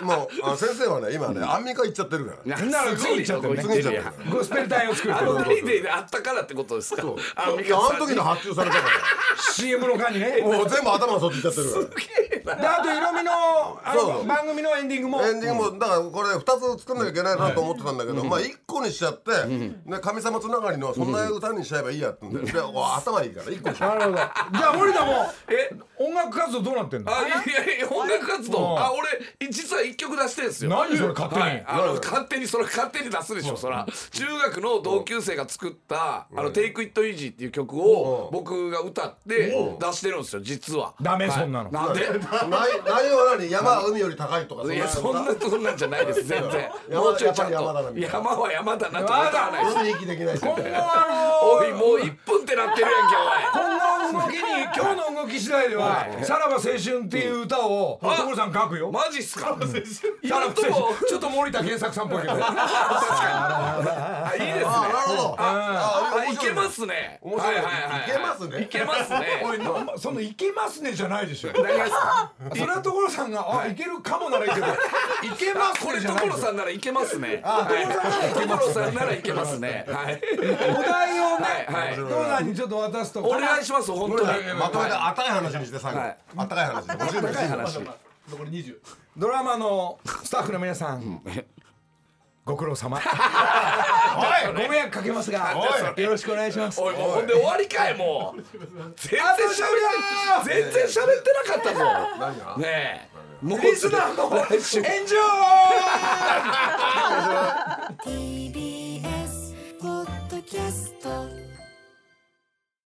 [SPEAKER 2] らもうあ先生はね今ねアンミカ行っちゃってるから
[SPEAKER 4] な
[SPEAKER 1] みんなの次行っちゃってるね
[SPEAKER 2] 次行っちゃってる
[SPEAKER 4] やん
[SPEAKER 1] ゴスペル隊を作るっ
[SPEAKER 4] あ
[SPEAKER 1] て
[SPEAKER 4] の
[SPEAKER 1] こ
[SPEAKER 4] デイデイであったからってことですか
[SPEAKER 2] あ
[SPEAKER 4] ア
[SPEAKER 2] の
[SPEAKER 4] ンミカさん
[SPEAKER 2] 時の発注されたか
[SPEAKER 1] と CM の間にね
[SPEAKER 2] らもう全部頭がそっち行っちゃってるから
[SPEAKER 1] であと色味のあ
[SPEAKER 2] そ
[SPEAKER 1] の
[SPEAKER 2] う
[SPEAKER 1] 番組のエンディングも
[SPEAKER 2] エンディングもだからこれ2つ作んなきゃいけないなと思ってたんだけど、まあ1個にしちゃって、ね、神様つながりのそんな歌にしちゃえばいいやってんで、でお頭いいから1個にしちゃ
[SPEAKER 1] なるほどじゃあ森田も音楽活動どうなってんの
[SPEAKER 4] あいやいや音楽活動あ俺実は一曲出してんすよ
[SPEAKER 1] 何それ勝手に
[SPEAKER 4] はいあの勝手にそれ勝手に出すでしょそら中学の同級生が作った「あの Take It Easy」っていう曲を僕が歌って出してるんですよ実は
[SPEAKER 1] ダメ
[SPEAKER 4] はい
[SPEAKER 1] そんなの
[SPEAKER 4] なんで
[SPEAKER 2] う内内容は何山海より高いとかそん
[SPEAKER 4] い
[SPEAKER 2] な
[SPEAKER 4] やそんなそんなんじゃないです全然
[SPEAKER 2] 山
[SPEAKER 4] もうちょいちゃんと
[SPEAKER 2] やっぱり山だなみたいな
[SPEAKER 4] 山は山だなとか歌わないです
[SPEAKER 2] 海に息できないし
[SPEAKER 1] 今後あの
[SPEAKER 4] おいもう1分ってなってるや
[SPEAKER 1] 今後
[SPEAKER 4] んけおい
[SPEAKER 1] の動き [LAUGHS] に今日の動き次第では「さらば青春」っていう歌を所さん書くよ
[SPEAKER 4] マジっすか
[SPEAKER 1] さ
[SPEAKER 4] 今
[SPEAKER 1] ら
[SPEAKER 4] の
[SPEAKER 1] ば
[SPEAKER 4] と
[SPEAKER 1] 青
[SPEAKER 4] こ
[SPEAKER 1] 春ちょっと森田健作さんっぽいけど
[SPEAKER 4] あいいですね
[SPEAKER 2] あなるほどあ
[SPEAKER 4] あ
[SPEAKER 2] 面
[SPEAKER 4] い
[SPEAKER 2] 白
[SPEAKER 4] け
[SPEAKER 2] い
[SPEAKER 4] ますね。
[SPEAKER 2] 面白い
[SPEAKER 4] はいはいはい
[SPEAKER 2] けますね
[SPEAKER 4] いけますね。
[SPEAKER 1] [LAUGHS] [LAUGHS] おいなんかその「いけますね」じゃないでしょ
[SPEAKER 4] 何がですか
[SPEAKER 1] それは所さんが「あいけるかも」ならいいけど「いけます
[SPEAKER 4] こ
[SPEAKER 1] ね」
[SPEAKER 4] れ
[SPEAKER 1] じゃないで
[SPEAKER 4] 所
[SPEAKER 1] し
[SPEAKER 4] さんならいけますね。はい所さんならいけますね。はい。
[SPEAKER 1] ょお題
[SPEAKER 2] [LAUGHS]
[SPEAKER 1] をね
[SPEAKER 4] はいはい。
[SPEAKER 1] 所さんにちょっと渡すと
[SPEAKER 4] お願いします本当に。
[SPEAKER 2] まとめてあったかい話にして最後、
[SPEAKER 4] はい
[SPEAKER 2] あったかい話
[SPEAKER 4] あったかい話。
[SPEAKER 1] ドラマのスタッフの皆さん、ご苦労 [LAUGHS] 様。おい、ご迷惑かけますが、よろしくお願いします。
[SPEAKER 4] おいもうほんで終わりかいもう。全然喋って全然喋ってなかっ
[SPEAKER 2] 何
[SPEAKER 4] た
[SPEAKER 2] が
[SPEAKER 4] ぞ。ねえ。もうリスナーの来週。 [LAUGHS]
[SPEAKER 1] 炎上
[SPEAKER 10] TBS ポッドキャスト